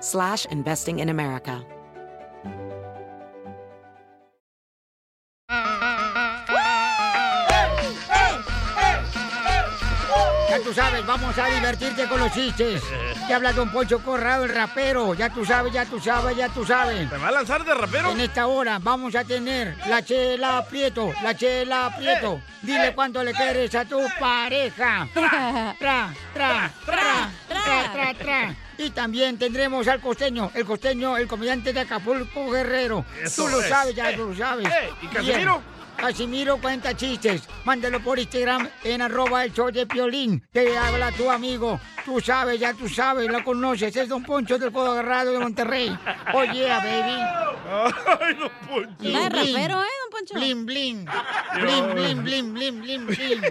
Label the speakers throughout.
Speaker 1: slash investing in America.
Speaker 2: Ya tú sabes, vamos a divertirte con los chistes. Te habla Don Poncho Corrado, el rapero. Ya tú sabes, ya tú sabes, ya tú sabes.
Speaker 3: ¿Te va a lanzar de rapero?
Speaker 2: En esta hora vamos a tener la chela Prieto, la chela Prieto.
Speaker 3: Eh,
Speaker 2: Dile cuánto le quieres a tu pareja. Tra, tra, tra, tra, tra, tra, tra. Y también tendremos al costeño, el costeño, el comediante de Acapulco Guerrero.
Speaker 3: Eso
Speaker 2: tú lo
Speaker 3: es.
Speaker 2: sabes, ya
Speaker 3: Eh,
Speaker 2: tú lo sabes.
Speaker 3: eh, ¿y Casimiro?
Speaker 2: Bien. Casimiro cuenta chistes. Mándalo por Instagram en arroba el show de Piolín. Te habla tu amigo. Tú sabes, ya tú sabes, lo conoces. Es Don Poncho del Codo Agarrado de Monterrey. Oye, baby.
Speaker 3: Ay, Don Poncho.
Speaker 2: Bling,
Speaker 4: Va de
Speaker 2: bling.
Speaker 4: rapero, ¿eh, Don Poncho?
Speaker 2: Bling, bling. Bling, bling, bling, bling, bling, bling.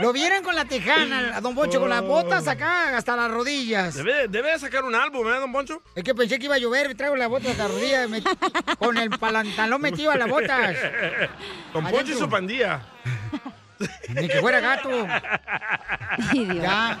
Speaker 2: Lo vieron con la tejana, a Don Poncho, con las botas acá hasta las rodillas.
Speaker 3: Debe, debe sacar un álbum, ¿eh, don Poncho?
Speaker 2: Es que pensé que iba a llover, traigo las botas hasta las rodillas. me- con el pantalón metido a las botas.
Speaker 3: Don Poncho y
Speaker 2: Adentro.
Speaker 3: su pandilla.
Speaker 2: Ni que fuera gato. Ya.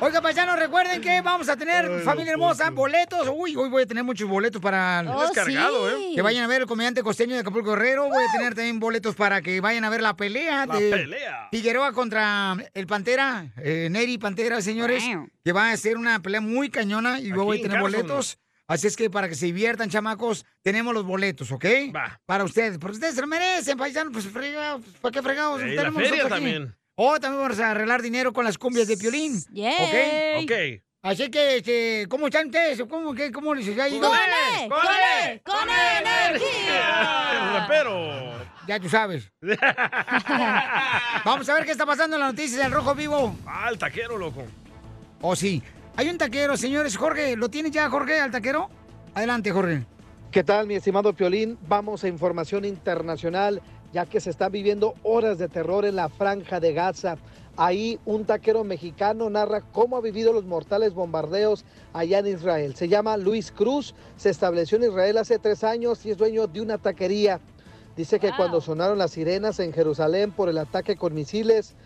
Speaker 2: Oiga, paisanos, recuerden que vamos a tener, familia hermosa, boletos. Uy, hoy voy a tener muchos boletos para...
Speaker 3: Oh, Descargado, sí. ¿eh?
Speaker 2: Que vayan a ver el comediante costeño de Acapulco Guerrero. Voy a tener también boletos para que vayan a ver la pelea
Speaker 3: La
Speaker 2: de...
Speaker 3: pelea.
Speaker 2: Figueroa contra el Pantera, eh, Neri Pantera, señores.
Speaker 4: Wow.
Speaker 2: Que va a ser una pelea muy cañona y luego voy a
Speaker 3: en
Speaker 2: tener
Speaker 3: Carson.
Speaker 2: boletos. Así es que para que se diviertan, chamacos, tenemos los boletos, ¿ok?
Speaker 3: Va.
Speaker 2: Para ustedes, porque ustedes se lo merecen, paisanos, pues fregados, ¿para qué fregados?
Speaker 3: Eh, y la
Speaker 2: Tenemos
Speaker 3: feria
Speaker 2: nosotros aquí.
Speaker 3: también.
Speaker 2: Oh, también vamos a arreglar dinero con las cumbias de Piolín. ¿Ok?
Speaker 4: Yay.
Speaker 3: Ok.
Speaker 2: Así que, este, ¿cómo están ustedes? ¿Cómo, qué, cómo les ha ido?
Speaker 4: ¡Con E! ¡Con E! ¡Con E
Speaker 3: El
Speaker 4: energía!
Speaker 3: rapero.
Speaker 2: Ah. Ya tú sabes. Vamos a ver qué está pasando en las noticias del Rojo Vivo.
Speaker 3: Ah, el taquero, loco.
Speaker 2: Oh, sí. Hay un taquero, señores. Jorge, ¿lo tienes ya, Jorge, al taquero? Adelante, Jorge.
Speaker 5: ¿Qué tal, mi estimado Piolín? Vamos a información internacional, ya que se están viviendo horas de terror en la franja de Gaza. Ahí un taquero mexicano narra cómo ha vivido los mortales bombardeos allá en Israel. Se llama Luis Cruz, se estableció en Israel hace tres años y es dueño de una taquería. Dice que
Speaker 4: Wow.
Speaker 5: cuando sonaron las sirenas en Jerusalén por el ataque con misiles,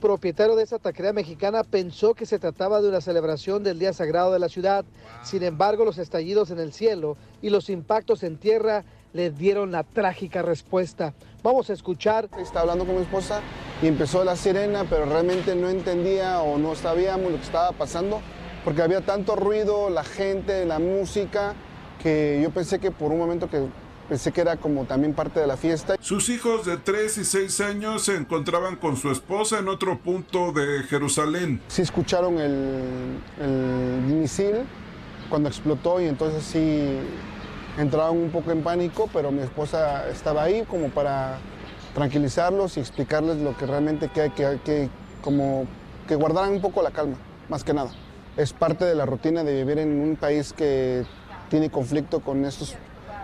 Speaker 5: propietario de esa taquería mexicana pensó que se trataba de una celebración del Día Sagrado de la ciudad. Sin embargo, los estallidos en el cielo y los impactos en tierra le dieron la trágica respuesta. Vamos a escuchar.
Speaker 6: Estaba hablando con mi esposa y empezó la sirena, pero realmente no entendía o no sabíamos lo que estaba pasando porque había tanto ruido, la gente, la música, que yo pensé que por un momento que pensé que era como también parte de la fiesta.
Speaker 7: Sus hijos de 3 y 6 años se encontraban con su esposa en otro punto de Jerusalén.
Speaker 6: Sí escucharon el, el misil cuando explotó y entonces sí entraron un poco en pánico, pero mi esposa estaba ahí como para tranquilizarlos y explicarles lo que realmente que, que, que como que guardaran un poco la calma, más que nada. Es parte de la rutina de vivir en un país que tiene conflicto con estos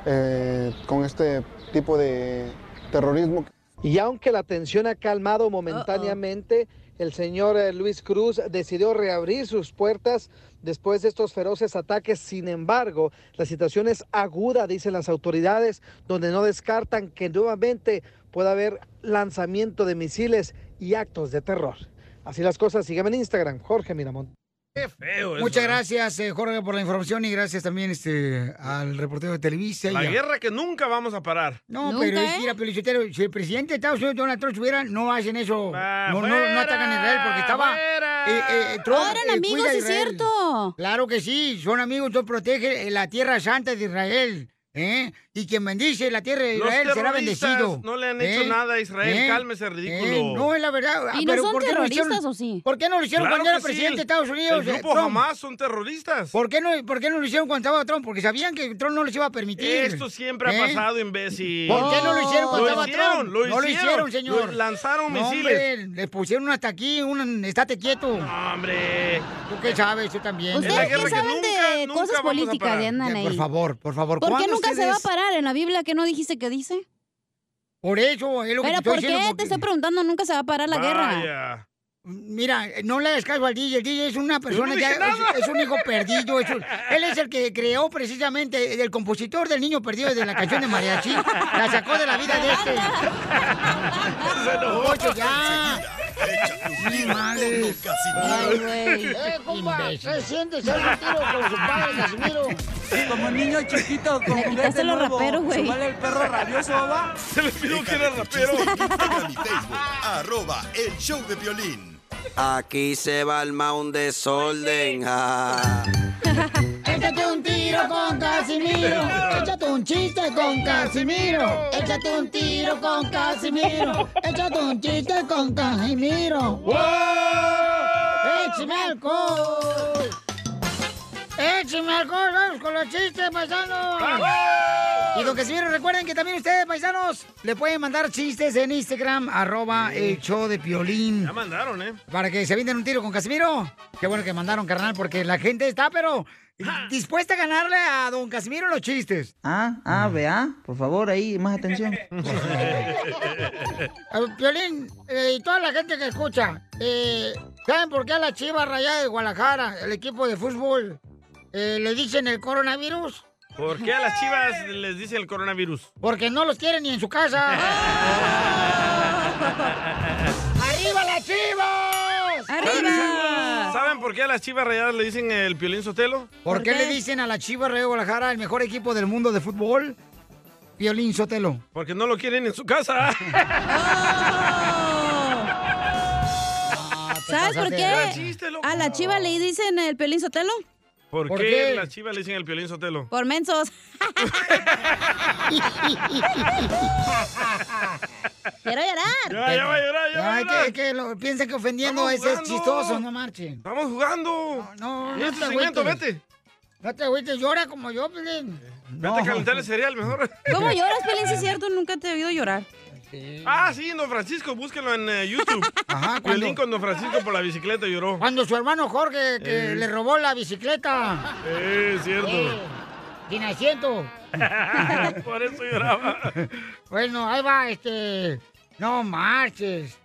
Speaker 6: eh, con este tipo de terrorismo.
Speaker 5: Y aunque la tensión ha calmado momentáneamente, el señor eh, Luis Cruz decidió reabrir sus puertas después de estos feroces ataques. Sin embargo, la situación es aguda, dicen las autoridades, donde no descartan que nuevamente pueda haber lanzamiento de misiles y actos de terror. Así las cosas, sígueme en Instagram, Jorge Miramontes.
Speaker 3: Qué feo eso.
Speaker 2: Muchas
Speaker 3: ¿eh?
Speaker 2: gracias, eh, Jorge, por la información y gracias también este, al reportero de Televisa. y
Speaker 3: La
Speaker 2: a-
Speaker 3: guerra que nunca vamos a parar.
Speaker 2: No,
Speaker 4: Nunca,
Speaker 2: pero es
Speaker 4: ¿eh?
Speaker 2: que, mira, Pelichotero, si el presidente de Estados Unidos, Donald Trump, estuviera, no hacen eso.
Speaker 3: Ah,
Speaker 2: no, no, no
Speaker 3: ¡fuera!
Speaker 2: atacan a Israel porque estaba
Speaker 3: ¡Fuera!
Speaker 2: eh, eh, Trump,
Speaker 4: Ahora eran
Speaker 2: eh,
Speaker 4: amigos,
Speaker 2: cuida a
Speaker 4: es
Speaker 2: Israel.
Speaker 4: cierto.
Speaker 2: Claro que sí, son amigos, Dios protege eh, la tierra santa de Israel. ¿eh? Y quien bendice la tierra de
Speaker 8: Los
Speaker 2: Israel será
Speaker 8: terroristas
Speaker 2: bendecido. ¿eh?
Speaker 8: no le han hecho nada a Israel, cálmese, ridículo.
Speaker 2: no, es la verdad. Ah,
Speaker 4: ¿Y no
Speaker 2: pero
Speaker 4: son
Speaker 2: ¿por qué lo
Speaker 4: terroristas
Speaker 2: hicieron?
Speaker 4: o sí?
Speaker 2: ¿Por qué no lo hicieron
Speaker 8: Claro
Speaker 2: cuando era
Speaker 8: que sí,
Speaker 2: presidente de Estados Unidos?
Speaker 8: El
Speaker 2: eh,
Speaker 8: grupo
Speaker 2: Trump?
Speaker 8: jamás son terroristas.
Speaker 2: ¿Por qué, no, ¿Por qué no lo hicieron cuando estaba Trump? Porque sabían que Trump no les iba a permitir.
Speaker 8: Esto siempre
Speaker 2: ¿Eh?
Speaker 8: ha pasado, imbécil.
Speaker 2: ¿Por qué no lo hicieron cuando
Speaker 8: Lo
Speaker 2: estaba
Speaker 8: hicieron,
Speaker 2: Trump?
Speaker 8: lo
Speaker 2: no lo
Speaker 8: hicieron,
Speaker 2: hicieron, señor.
Speaker 8: lo- lanzaron
Speaker 2: No,
Speaker 8: misiles.
Speaker 2: hombre, le pusieron hasta aquí un estate quieto.
Speaker 8: No, hombre.
Speaker 2: ¿Tú qué sabes? Tú también.
Speaker 8: Es la
Speaker 4: ¿Ustedes
Speaker 8: guerra
Speaker 4: qué
Speaker 8: que
Speaker 4: saben
Speaker 8: nunca,
Speaker 4: de
Speaker 8: nunca
Speaker 4: cosas
Speaker 8: vamos a
Speaker 4: políticas
Speaker 8: parar.
Speaker 4: de andan
Speaker 2: Ya,
Speaker 4: ahí?
Speaker 2: por favor, por favor.
Speaker 4: ¿Por qué
Speaker 2: ¿cuándo
Speaker 4: nunca se va a
Speaker 2: ustedes-
Speaker 4: parar en la Biblia? ¿Qué no dijiste que dice?
Speaker 2: Por eso es lo que
Speaker 4: Pero
Speaker 2: te estoy
Speaker 4: ¿por qué?
Speaker 2: diciendo,
Speaker 4: Te
Speaker 2: porque-
Speaker 4: estoy preguntando, nunca se va a parar la guerra.
Speaker 8: Vaya.
Speaker 2: Mira, no le hagas caso al DJ. El DJ es una persona,
Speaker 8: no
Speaker 2: ya,
Speaker 8: dije nada.
Speaker 2: es, es un hijo perdido. es un- él es el que creó precisamente, el compositor del niño perdido de la canción de mariachi. La sacó de la vida de este.
Speaker 8: Se enojó.
Speaker 2: Oye,
Speaker 4: Ah.
Speaker 2: ya. Ni madres.
Speaker 4: Ay, güey.
Speaker 2: Eh, compa, ¿qué sientes? Haz un tiro con su padre, Casimiro.
Speaker 9: Como un niño chiquito con
Speaker 4: Le
Speaker 9: juguete
Speaker 4: quitaste los
Speaker 9: nuevo.
Speaker 4: raperos, güey.
Speaker 9: Súbale el perro rabioso, va.
Speaker 8: Se le olvidó que
Speaker 10: Déjame
Speaker 8: era
Speaker 10: tu
Speaker 8: rapero.
Speaker 10: chiste en Instagram y Facebook, arroba el show de violín.
Speaker 11: Aquí se va el un desorden. ja.
Speaker 2: Échate un tiro con Casimiro. Échate un chiste con Casimiro. Échate un tiro con Casimiro. Échate un chiste con Casimiro. ¡Wow! ¡Échame alcohol! ¡Échame alcohol! ¡Vamos con los chistes, paisanos! Y don Casimiro, recuerden que también ustedes, paisanos, le pueden mandar chistes en Instagram, arroba el show de Piolín.
Speaker 8: Ya mandaron, ¿eh?
Speaker 2: Para que se vinden un tiro con Casimiro. Qué bueno que mandaron, carnal, porque la gente está, pero dispuesta a ganarle a don Casimiro los chistes.
Speaker 12: Ah, ah, vea, por favor, ahí, más atención.
Speaker 2: A ver, Piolín, eh, y toda la gente que escucha, eh, ¿saben por qué a la Chiva Rayada de Guadalajara, el equipo de fútbol, eh, le dicen el coronavirus?
Speaker 8: ¿Por qué a las chivas les dice el coronavirus?
Speaker 2: Porque no los quieren ni en su casa. ¡Arriba las chivas!
Speaker 4: ¡Arriba!
Speaker 8: ¿Saben por qué a las chivas rayadas le dicen el piolín sotelo?
Speaker 2: ¿Por
Speaker 4: ¿Por
Speaker 2: qué
Speaker 4: qué?
Speaker 2: le dicen a la Chiva Rayada de Guadalajara el mejor equipo del mundo de fútbol? Piolín Sotelo.
Speaker 8: Porque no lo quieren en su casa.
Speaker 4: ¡Oh!
Speaker 2: Ah,
Speaker 4: ¿Sabes por
Speaker 8: Era
Speaker 4: qué?
Speaker 8: chiste, loco.
Speaker 4: A la chiva le dicen el pelín sotelo.
Speaker 8: ¿Por,
Speaker 2: ¿Por
Speaker 8: qué,
Speaker 2: qué?
Speaker 8: las chivas le dicen el piolín sotelo?
Speaker 4: Por mensos. Quiero llorar.
Speaker 8: Ya, ya va a llorar, ya va a
Speaker 2: Ay,
Speaker 8: llorar.
Speaker 2: que, que lo, piensan que ofendiendo
Speaker 8: Estamos
Speaker 2: es, es
Speaker 8: jugando.
Speaker 2: chistoso, no marchen.
Speaker 8: Estamos jugando.
Speaker 2: No, no,
Speaker 8: En
Speaker 2: no
Speaker 8: este
Speaker 2: te
Speaker 8: segmento,
Speaker 2: agüites.
Speaker 8: vete.
Speaker 2: No te agüites, llora como yo, Piolín.
Speaker 8: Vete a calentar el cereal mejor.
Speaker 4: ¿Cómo lloras, pelín? Si es cierto, nunca te he oído llorar.
Speaker 8: Ah, sí, don Francisco, búsquenlo en eh, YouTube.
Speaker 2: Ajá,
Speaker 8: Piolín
Speaker 2: cuando,
Speaker 8: con don Francisco por la bicicleta lloró.
Speaker 2: cuando su hermano Jorge que
Speaker 8: Eh.
Speaker 2: le robó la bicicleta.
Speaker 8: Eh, es cierto.
Speaker 2: Eh, sin asiento.
Speaker 8: Por eso lloraba.
Speaker 2: Bueno, ahí va, este. No marches.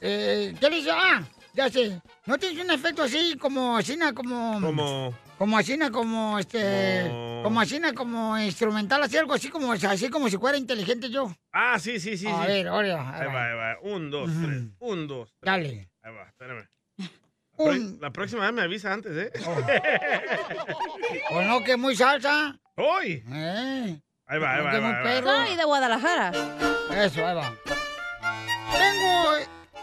Speaker 2: Eh, ¿Qué le hizo? Ah, ya sé. ¿No tienes un efecto así como asina, como.
Speaker 8: Como.
Speaker 2: Como asina, como este.
Speaker 8: Como-
Speaker 2: Como asina, como instrumental, así algo así como, así como si fuera inteligente yo.
Speaker 8: Ah, sí, sí, sí.
Speaker 2: a
Speaker 8: sí.
Speaker 2: ver, ahora.
Speaker 8: Ahí va, ahí va. Un, dos,
Speaker 2: Ujú.
Speaker 8: tres. Un, dos, tres.
Speaker 2: Dale.
Speaker 8: Ahí va, espérame. La pro-
Speaker 2: Un, Oh.
Speaker 8: La próxima vez me avisa antes, ¿eh?
Speaker 2: o no, que muy salsa.
Speaker 8: ¡Hoy!
Speaker 2: Eh,
Speaker 8: Ahí va, ahí va,
Speaker 2: Que
Speaker 8: ahí va,
Speaker 2: muy
Speaker 8: ahí va.
Speaker 2: perro.
Speaker 4: Soy de Guadalajara.
Speaker 2: eso, ahí va. Vengo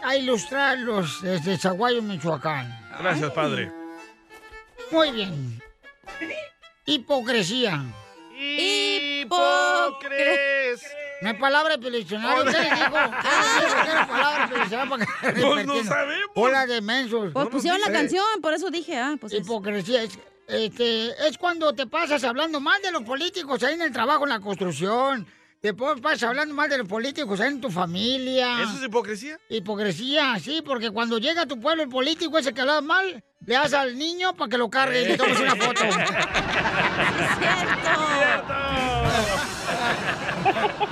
Speaker 2: a ilustrarlos desde Zaguayo, Michoacán.
Speaker 8: Gracias, padre.
Speaker 2: Muy bien. Hipocresía.
Speaker 8: Hipócres.
Speaker 2: No hay palabra de diccionario. ¿Qué le digo? ¿Qué era palabra de diccionario para que se
Speaker 8: Pues no
Speaker 2: repitiera?
Speaker 8: sabemos.
Speaker 2: Hola de mensos.
Speaker 4: Pues pusieron la
Speaker 2: Eh,
Speaker 4: canción, por eso dije, ah, pues. es-
Speaker 2: Hipocresía. Es, este, es cuando te pasas hablando mal de los políticos ahí en el trabajo, en la construcción. Te po- pasas hablando mal de los políticos ahí en tu familia.
Speaker 8: ¿Eso es hipocresía?
Speaker 2: Hipocresía, sí, porque cuando llega a tu pueblo el político ese que habla mal, le das al niño para que lo cargue y le tomes una foto.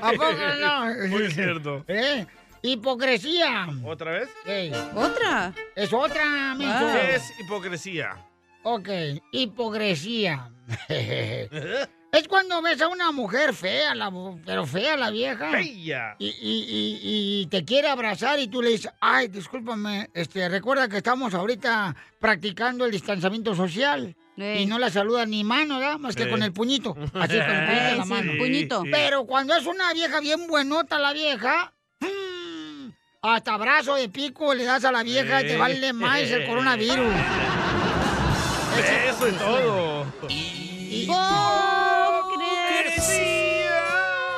Speaker 2: ¿A poco no?
Speaker 8: Muy cierto.
Speaker 2: ¿Eh? Hipocresía.
Speaker 8: ¿Otra vez?
Speaker 2: Ey,
Speaker 4: Otra. Ah.
Speaker 2: Es otra, menso.
Speaker 8: ¿Qué es hipocresía?
Speaker 2: Ok, hipocresía. es cuando ves a una mujer fea, la, mu- pero fea la vieja.
Speaker 8: ¡Bella!
Speaker 2: Y, y- y- y te quiere abrazar y tú le dices, ay, discúlpame, este, recuerda que estamos ahorita practicando el distanciamiento social.
Speaker 4: Ey.
Speaker 2: Y no la saluda ni mano, ¿verdad? Más que
Speaker 8: Ey.
Speaker 2: con el puñito. Así con el puñito
Speaker 4: Ey,
Speaker 2: en la
Speaker 4: sí,
Speaker 2: mano.
Speaker 4: puñito.
Speaker 2: Pero cuando es una vieja bien buenota la vieja, mm, Hasta brazo de pico le das a la vieja y te vale más el coronavirus.
Speaker 3: Eso es todo.
Speaker 2: Hipocresía.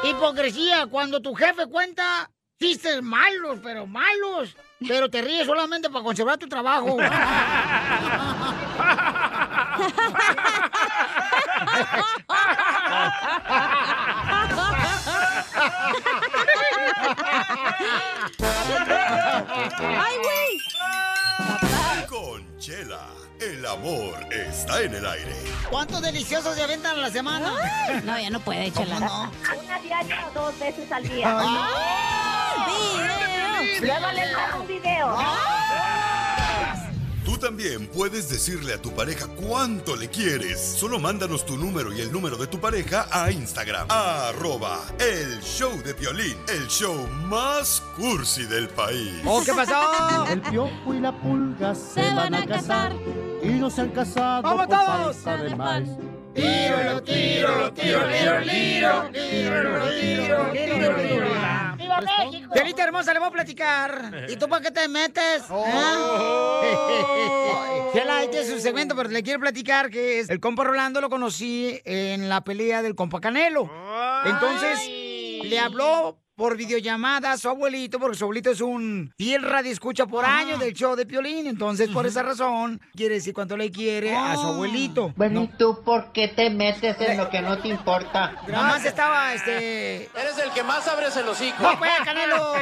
Speaker 2: Hipocresía, cuando tu jefe cuenta chistes malos, pero malos, pero te ríes solamente para conservar tu trabajo.
Speaker 3: ¡Ay, güey!
Speaker 9: ah.
Speaker 10: Con Chela, el amor está en el aire.
Speaker 2: ¿Cuántos deliciosos se aventan a la semana?
Speaker 13: No, ya no puede,
Speaker 2: Chela.
Speaker 13: Una diaria o dos veces al día.
Speaker 3: ¡Video!
Speaker 13: Luego les mando un video.
Speaker 10: Tú también puedes decirle a tu pareja cuánto le quieres. Solo mándanos tu número y el número de tu pareja a Instagram. Arroba el show de violín. El show más cursi del país.
Speaker 2: Oh,
Speaker 14: Oh,
Speaker 3: El piojo y la pulga se, van a casar. Y no se han casado
Speaker 10: ¡Vamos
Speaker 3: por
Speaker 10: todos!
Speaker 3: falta de más.
Speaker 2: Tiro, tiro, tiro, tiro, tiro, tiro, tiro, tiro, tiro. ¡Viva México! Delita hermosa, le voy a platicar. ¿Y tú para qué te metes? ¿Eh? Chela, este es su segmento, pero le quiero platicar que es- el compa Rolando lo conocí en la pelea del compa Canelo. Entonces, le habló por videollamada a su abuelito, porque su abuelito es un fiel radio escucha por años del show de Piolín. Entonces, por esa razón, quiere decir cuánto le quiere a su
Speaker 15: Ah.
Speaker 2: abuelito.
Speaker 15: Bueno, ¿y tú por qué te metes en lo que no te importa?
Speaker 2: Nomás estaba, este... Eres el que más abres el hocico. ¡No, pues, Canelo!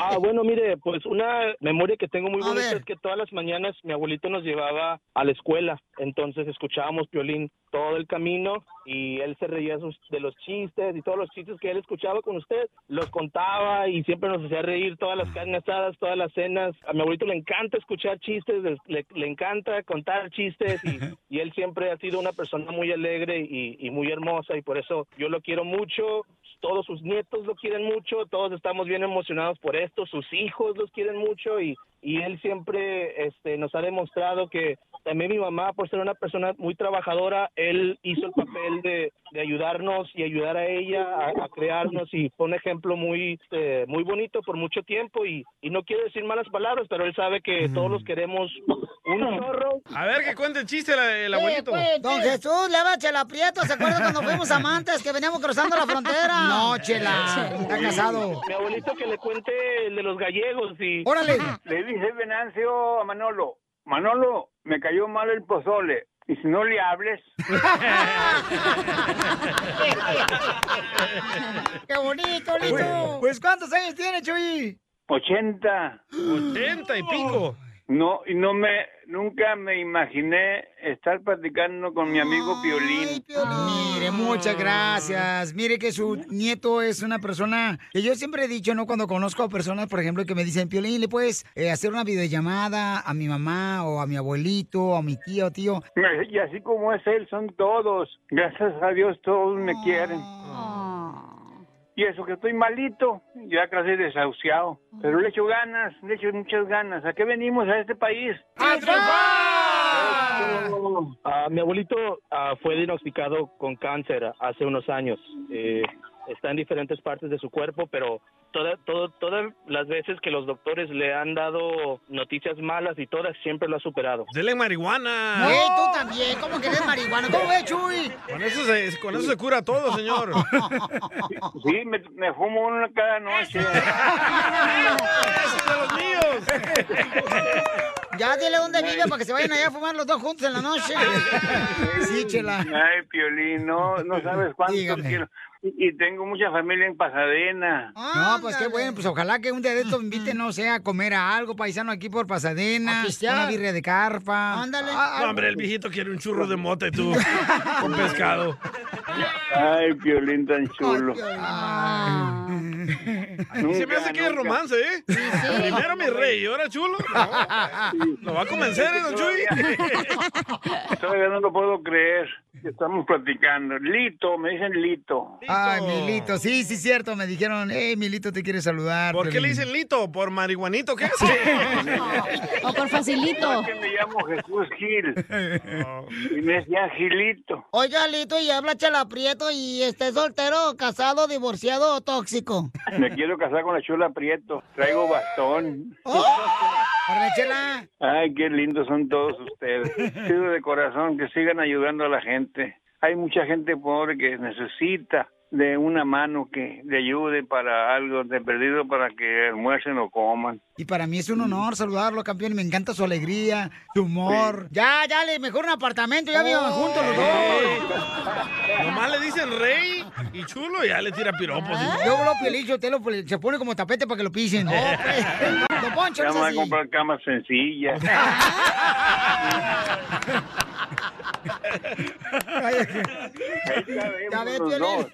Speaker 16: Ah, bueno, mire, pues una memoria que tengo muy
Speaker 2: A
Speaker 16: bonita
Speaker 2: ver.
Speaker 16: es que todas las mañanas mi abuelito nos llevaba a la escuela, entonces escuchábamos violín todo el camino y él se reía sus- de los chistes y todos los chistes que él escuchaba con usted, los contaba y siempre nos hacía reír todas las carnes asadas, todas las cenas. A mi abuelito le encanta escuchar chistes, le, le- le encanta contar chistes y, y él siempre ha sido una persona muy alegre y- y muy hermosa y por eso yo lo quiero mucho, todos sus nietos lo quieren mucho, todos estamos bien emocionados por esto, sus hijos los quieren mucho y, y él siempre este, nos ha demostrado que también mi mamá, por ser una persona muy trabajadora, él hizo el papel de, de ayudarnos y ayudar a ella a, a crearnos y fue un ejemplo muy, este, muy bonito por mucho tiempo y, y no quiero decir malas palabras, pero él sabe que todos los queremos un chorro.
Speaker 8: A ver, que cuente el chiste la- el,
Speaker 16: Sí,
Speaker 8: abuelito.
Speaker 16: pues,
Speaker 2: Don Jesús, lávate el aprieto. ¿Se acuerdan cuando fuimos amantes que veníamos cruzando la frontera?
Speaker 8: Ah.
Speaker 2: No, Chela. Está casado.
Speaker 16: Mi abuelito que le cuente el de los gallegos y...
Speaker 2: ¡Órale!
Speaker 17: Le dije Venancio a Manolo, Manolo, me cayó mal el pozole. Y si no le hables.
Speaker 2: ¡Qué bonito, lindo! Pues, ¿cuántos años tiene, Chuy?
Speaker 17: 80.
Speaker 8: 80 y pico.
Speaker 17: No, y no me, nunca me imaginé estar platicando con mi amigo Piolín.
Speaker 2: Mire, muchas gracias. Mire que su nieto es una persona que yo siempre he dicho, ¿no? Cuando conozco a personas, por ejemplo, que me dicen, Piolín, ¿le puedes eh, hacer una videollamada a mi mamá o a mi abuelito o a mi tía o tío?
Speaker 17: Y así como es él, son todos. Gracias a Dios todos me quieren. Y eso que estoy malito, ya casi desahuciado. Pero le echo ganas, le echo muchas ganas. ¿A qué venimos a este país?
Speaker 16: Ah, mi abuelito ah, fue diagnosticado con cáncer hace unos años. Eh, está en diferentes partes de su cuerpo, pero toda- todo- todas las veces que los doctores le han dado noticias malas y todas, siempre lo ha superado.
Speaker 8: Dele marihuana.
Speaker 2: ¡Ey, tú también! ¿Cómo que eres marihuana? ¿Cómo ves, Chuy?
Speaker 8: Con eso se, con eso se cura todo, señor.
Speaker 17: Sí, me, me fumo una cada noche.
Speaker 8: de los míos!
Speaker 2: Ya dile dónde vive para que se vayan allá a fumar los dos juntos en la noche. Sí, chela.
Speaker 17: Ay, Piolín, no, no sabes cuánto quiero. Y, y tengo mucha familia en Pasadena.
Speaker 2: No, pues qué bueno, pues ojalá que un día de estos me inviten, no sé, a comer a algo paisano aquí por Pasadena,
Speaker 8: A pistear.
Speaker 2: una birria de carpa. Ah, Ándale.
Speaker 8: No, hombre, el viejito quiere un churro de mota y tú. Con pescado.
Speaker 17: Ay, Piolín tan chulo.
Speaker 8: Se me hace que es romance, ¿eh? Primero mi rey y ahora chulo. No. Lo va a convencer, ¿eh, don Chuy?
Speaker 17: Todavía no lo puedo creer. Estamos platicando. Lito, me dicen Lito.
Speaker 2: Ay, Milito, sí, sí, cierto, me dijeron, hey, Milito, te quiere saludar.
Speaker 8: ¿Por qué le dicen Lito? ¿Por marihuanito qué hace?
Speaker 2: O por
Speaker 17: No, es que me llamo Jesús Gil. Y me decían Gilito.
Speaker 2: Oiga, este, Lito, y habla Chela Prieto, y esté soltero, casado, divorciado o tóxico.
Speaker 17: Me quiero quiero casar con la chula Prieto. Traigo bastón.
Speaker 2: Chela.
Speaker 17: Ay, qué lindos son todos ustedes. Pido de corazón que sigan ayudando a la gente. Hay mucha gente pobre que necesita de una mano que le ayude para algo de perdido para que almuercen o coman.
Speaker 2: Y para mí es un honor saludarlo, campeón. Me encanta su alegría, su humor. Ya, ya, le mejor un apartamento. Ya
Speaker 8: Oh.
Speaker 2: vivan juntos los dos.
Speaker 8: Nomás le dicen rey y chulo y ya le tira piropos. y-
Speaker 2: Ah. Yo lo pielicho, te lo, se pone como tapete para que lo pisen. No, pues. Don Poncho,
Speaker 17: Ya
Speaker 2: no es
Speaker 17: me voy a
Speaker 2: así.
Speaker 17: comprar camas sencillas.
Speaker 2: Ya ves,
Speaker 17: los
Speaker 2: Piolín.
Speaker 17: dos.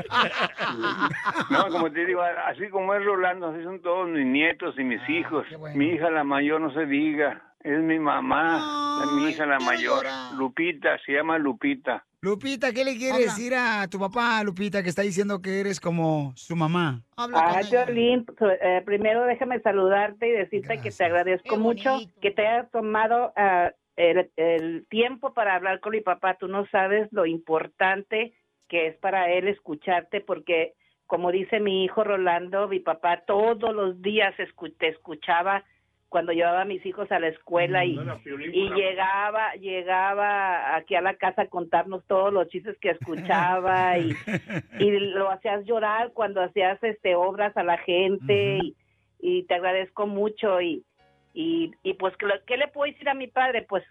Speaker 17: No, como te digo, así como es Rolando, así son todos mis nietos y
Speaker 2: Ah,
Speaker 17: mis hijos. Mi hija la mayor, no se diga, es mi mamá, es mi hija la mayor. Lupita, se llama Lupita.
Speaker 2: Lupita, ¿qué le quieres decir a tu papá, Lupita, que está diciendo que eres como su mamá?
Speaker 13: Ah, Jolín, so- eh, primero déjame saludarte y decirte que te agradezco mucho que te hayas tomado ah, el, el tiempo para hablar con mi papá. Tú no sabes lo importante que es para él escucharte porque, como dice mi hijo Rolando, mi papá todos los días escu- te escuchaba cuando llevaba a mis hijos a la escuela y, y llegaba llegaba aquí a la casa a contarnos todos los chistes que escuchaba y, y lo hacías llorar cuando hacías este obras a la gente y, y te agradezco mucho y y, y pues ¿qué le- qué le puedo decir a mi padre pues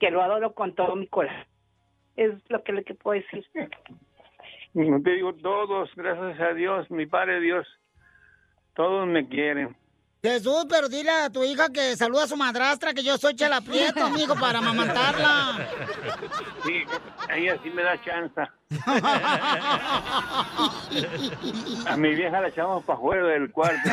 Speaker 13: que lo adoro con todo mi corazón es lo que le que puedo decir
Speaker 17: Como te digo, todos, gracias a Dios, mi Padre Dios, todos me quieren.
Speaker 2: Jesús, pero dile a tu hija que saluda a su madrastra, que yo soy Chela Prieto, amigo, para amamantarla.
Speaker 17: Sí, ella sí me da chance. A mi vieja la echamos para afuera del cuarto.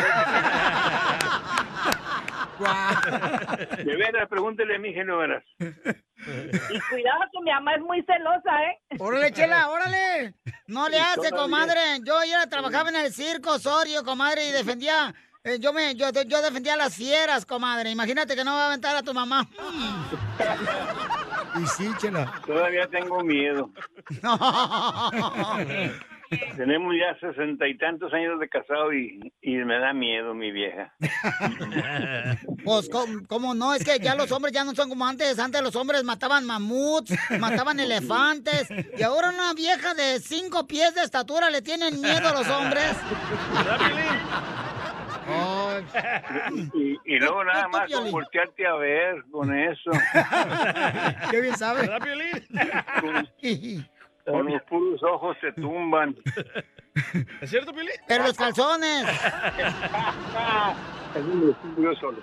Speaker 17: De veras, pregúntele a mi hija, no verás.
Speaker 13: y cuidado que mi mamá es muy celosa eh
Speaker 2: Órale, Chela, órale. No le
Speaker 13: Sí,
Speaker 2: hace,
Speaker 13: todavía.
Speaker 2: comadre. Yo ayer trabajaba en el circo Osorio, comadre, y defendía. eh, yo me, yo, yo defendía a las fieras, comadre. Imagínate que no va a aventar a tu mamá. Y sí, Chela.
Speaker 17: Todavía tengo miedo. Tenemos ya sesenta y tantos años de casado y, y me da miedo mi vieja.
Speaker 2: Pues, ¿cómo, cómo no? Es que ya los hombres ya no son como antes. Antes los hombres mataban mamuts, mataban elefantes. Y ahora una vieja de cinco pies de estatura le tienen miedo a los hombres.
Speaker 17: Y, y luego nada más con voltearte a ver con eso.
Speaker 2: Qué bien sabe.
Speaker 17: Con los puros ojos se tumban.
Speaker 8: ¿Es cierto, Pili?
Speaker 2: Pero los calzones.
Speaker 17: Es un vestido solo.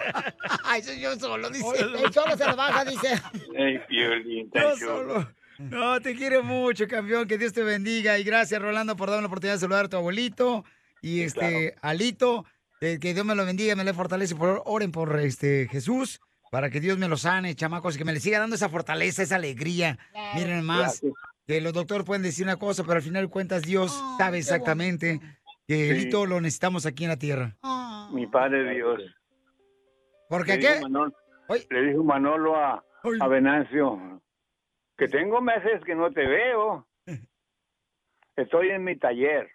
Speaker 2: Ay, soy yo solo, dice. Él solo se la baja, dice.
Speaker 17: Ay, Piolín,
Speaker 2: Yo
Speaker 17: tan
Speaker 2: solo. No, te quiero mucho, campeón. Que Dios te bendiga. Y gracias, Rolando, por darme la oportunidad de saludar a tu abuelito. Y este, Alito, eh, que Dios me lo bendiga, me le fortalece. Por, oren por este Jesús, para que Dios me lo sane, chamacos, y que me le siga dando esa fortaleza, esa alegría. Miren más,
Speaker 17: Gracias.
Speaker 2: que los doctores pueden decir una cosa, pero al final de cuentas Dios sabe exactamente que
Speaker 17: Sí.
Speaker 2: Alito lo necesitamos aquí en la tierra.
Speaker 17: Mi padre Dios.
Speaker 2: Porque
Speaker 17: le
Speaker 2: qué?
Speaker 17: dijo Manolo, le dijo Manolo a, a Venancio que tengo meses que no te veo. Estoy en mi taller.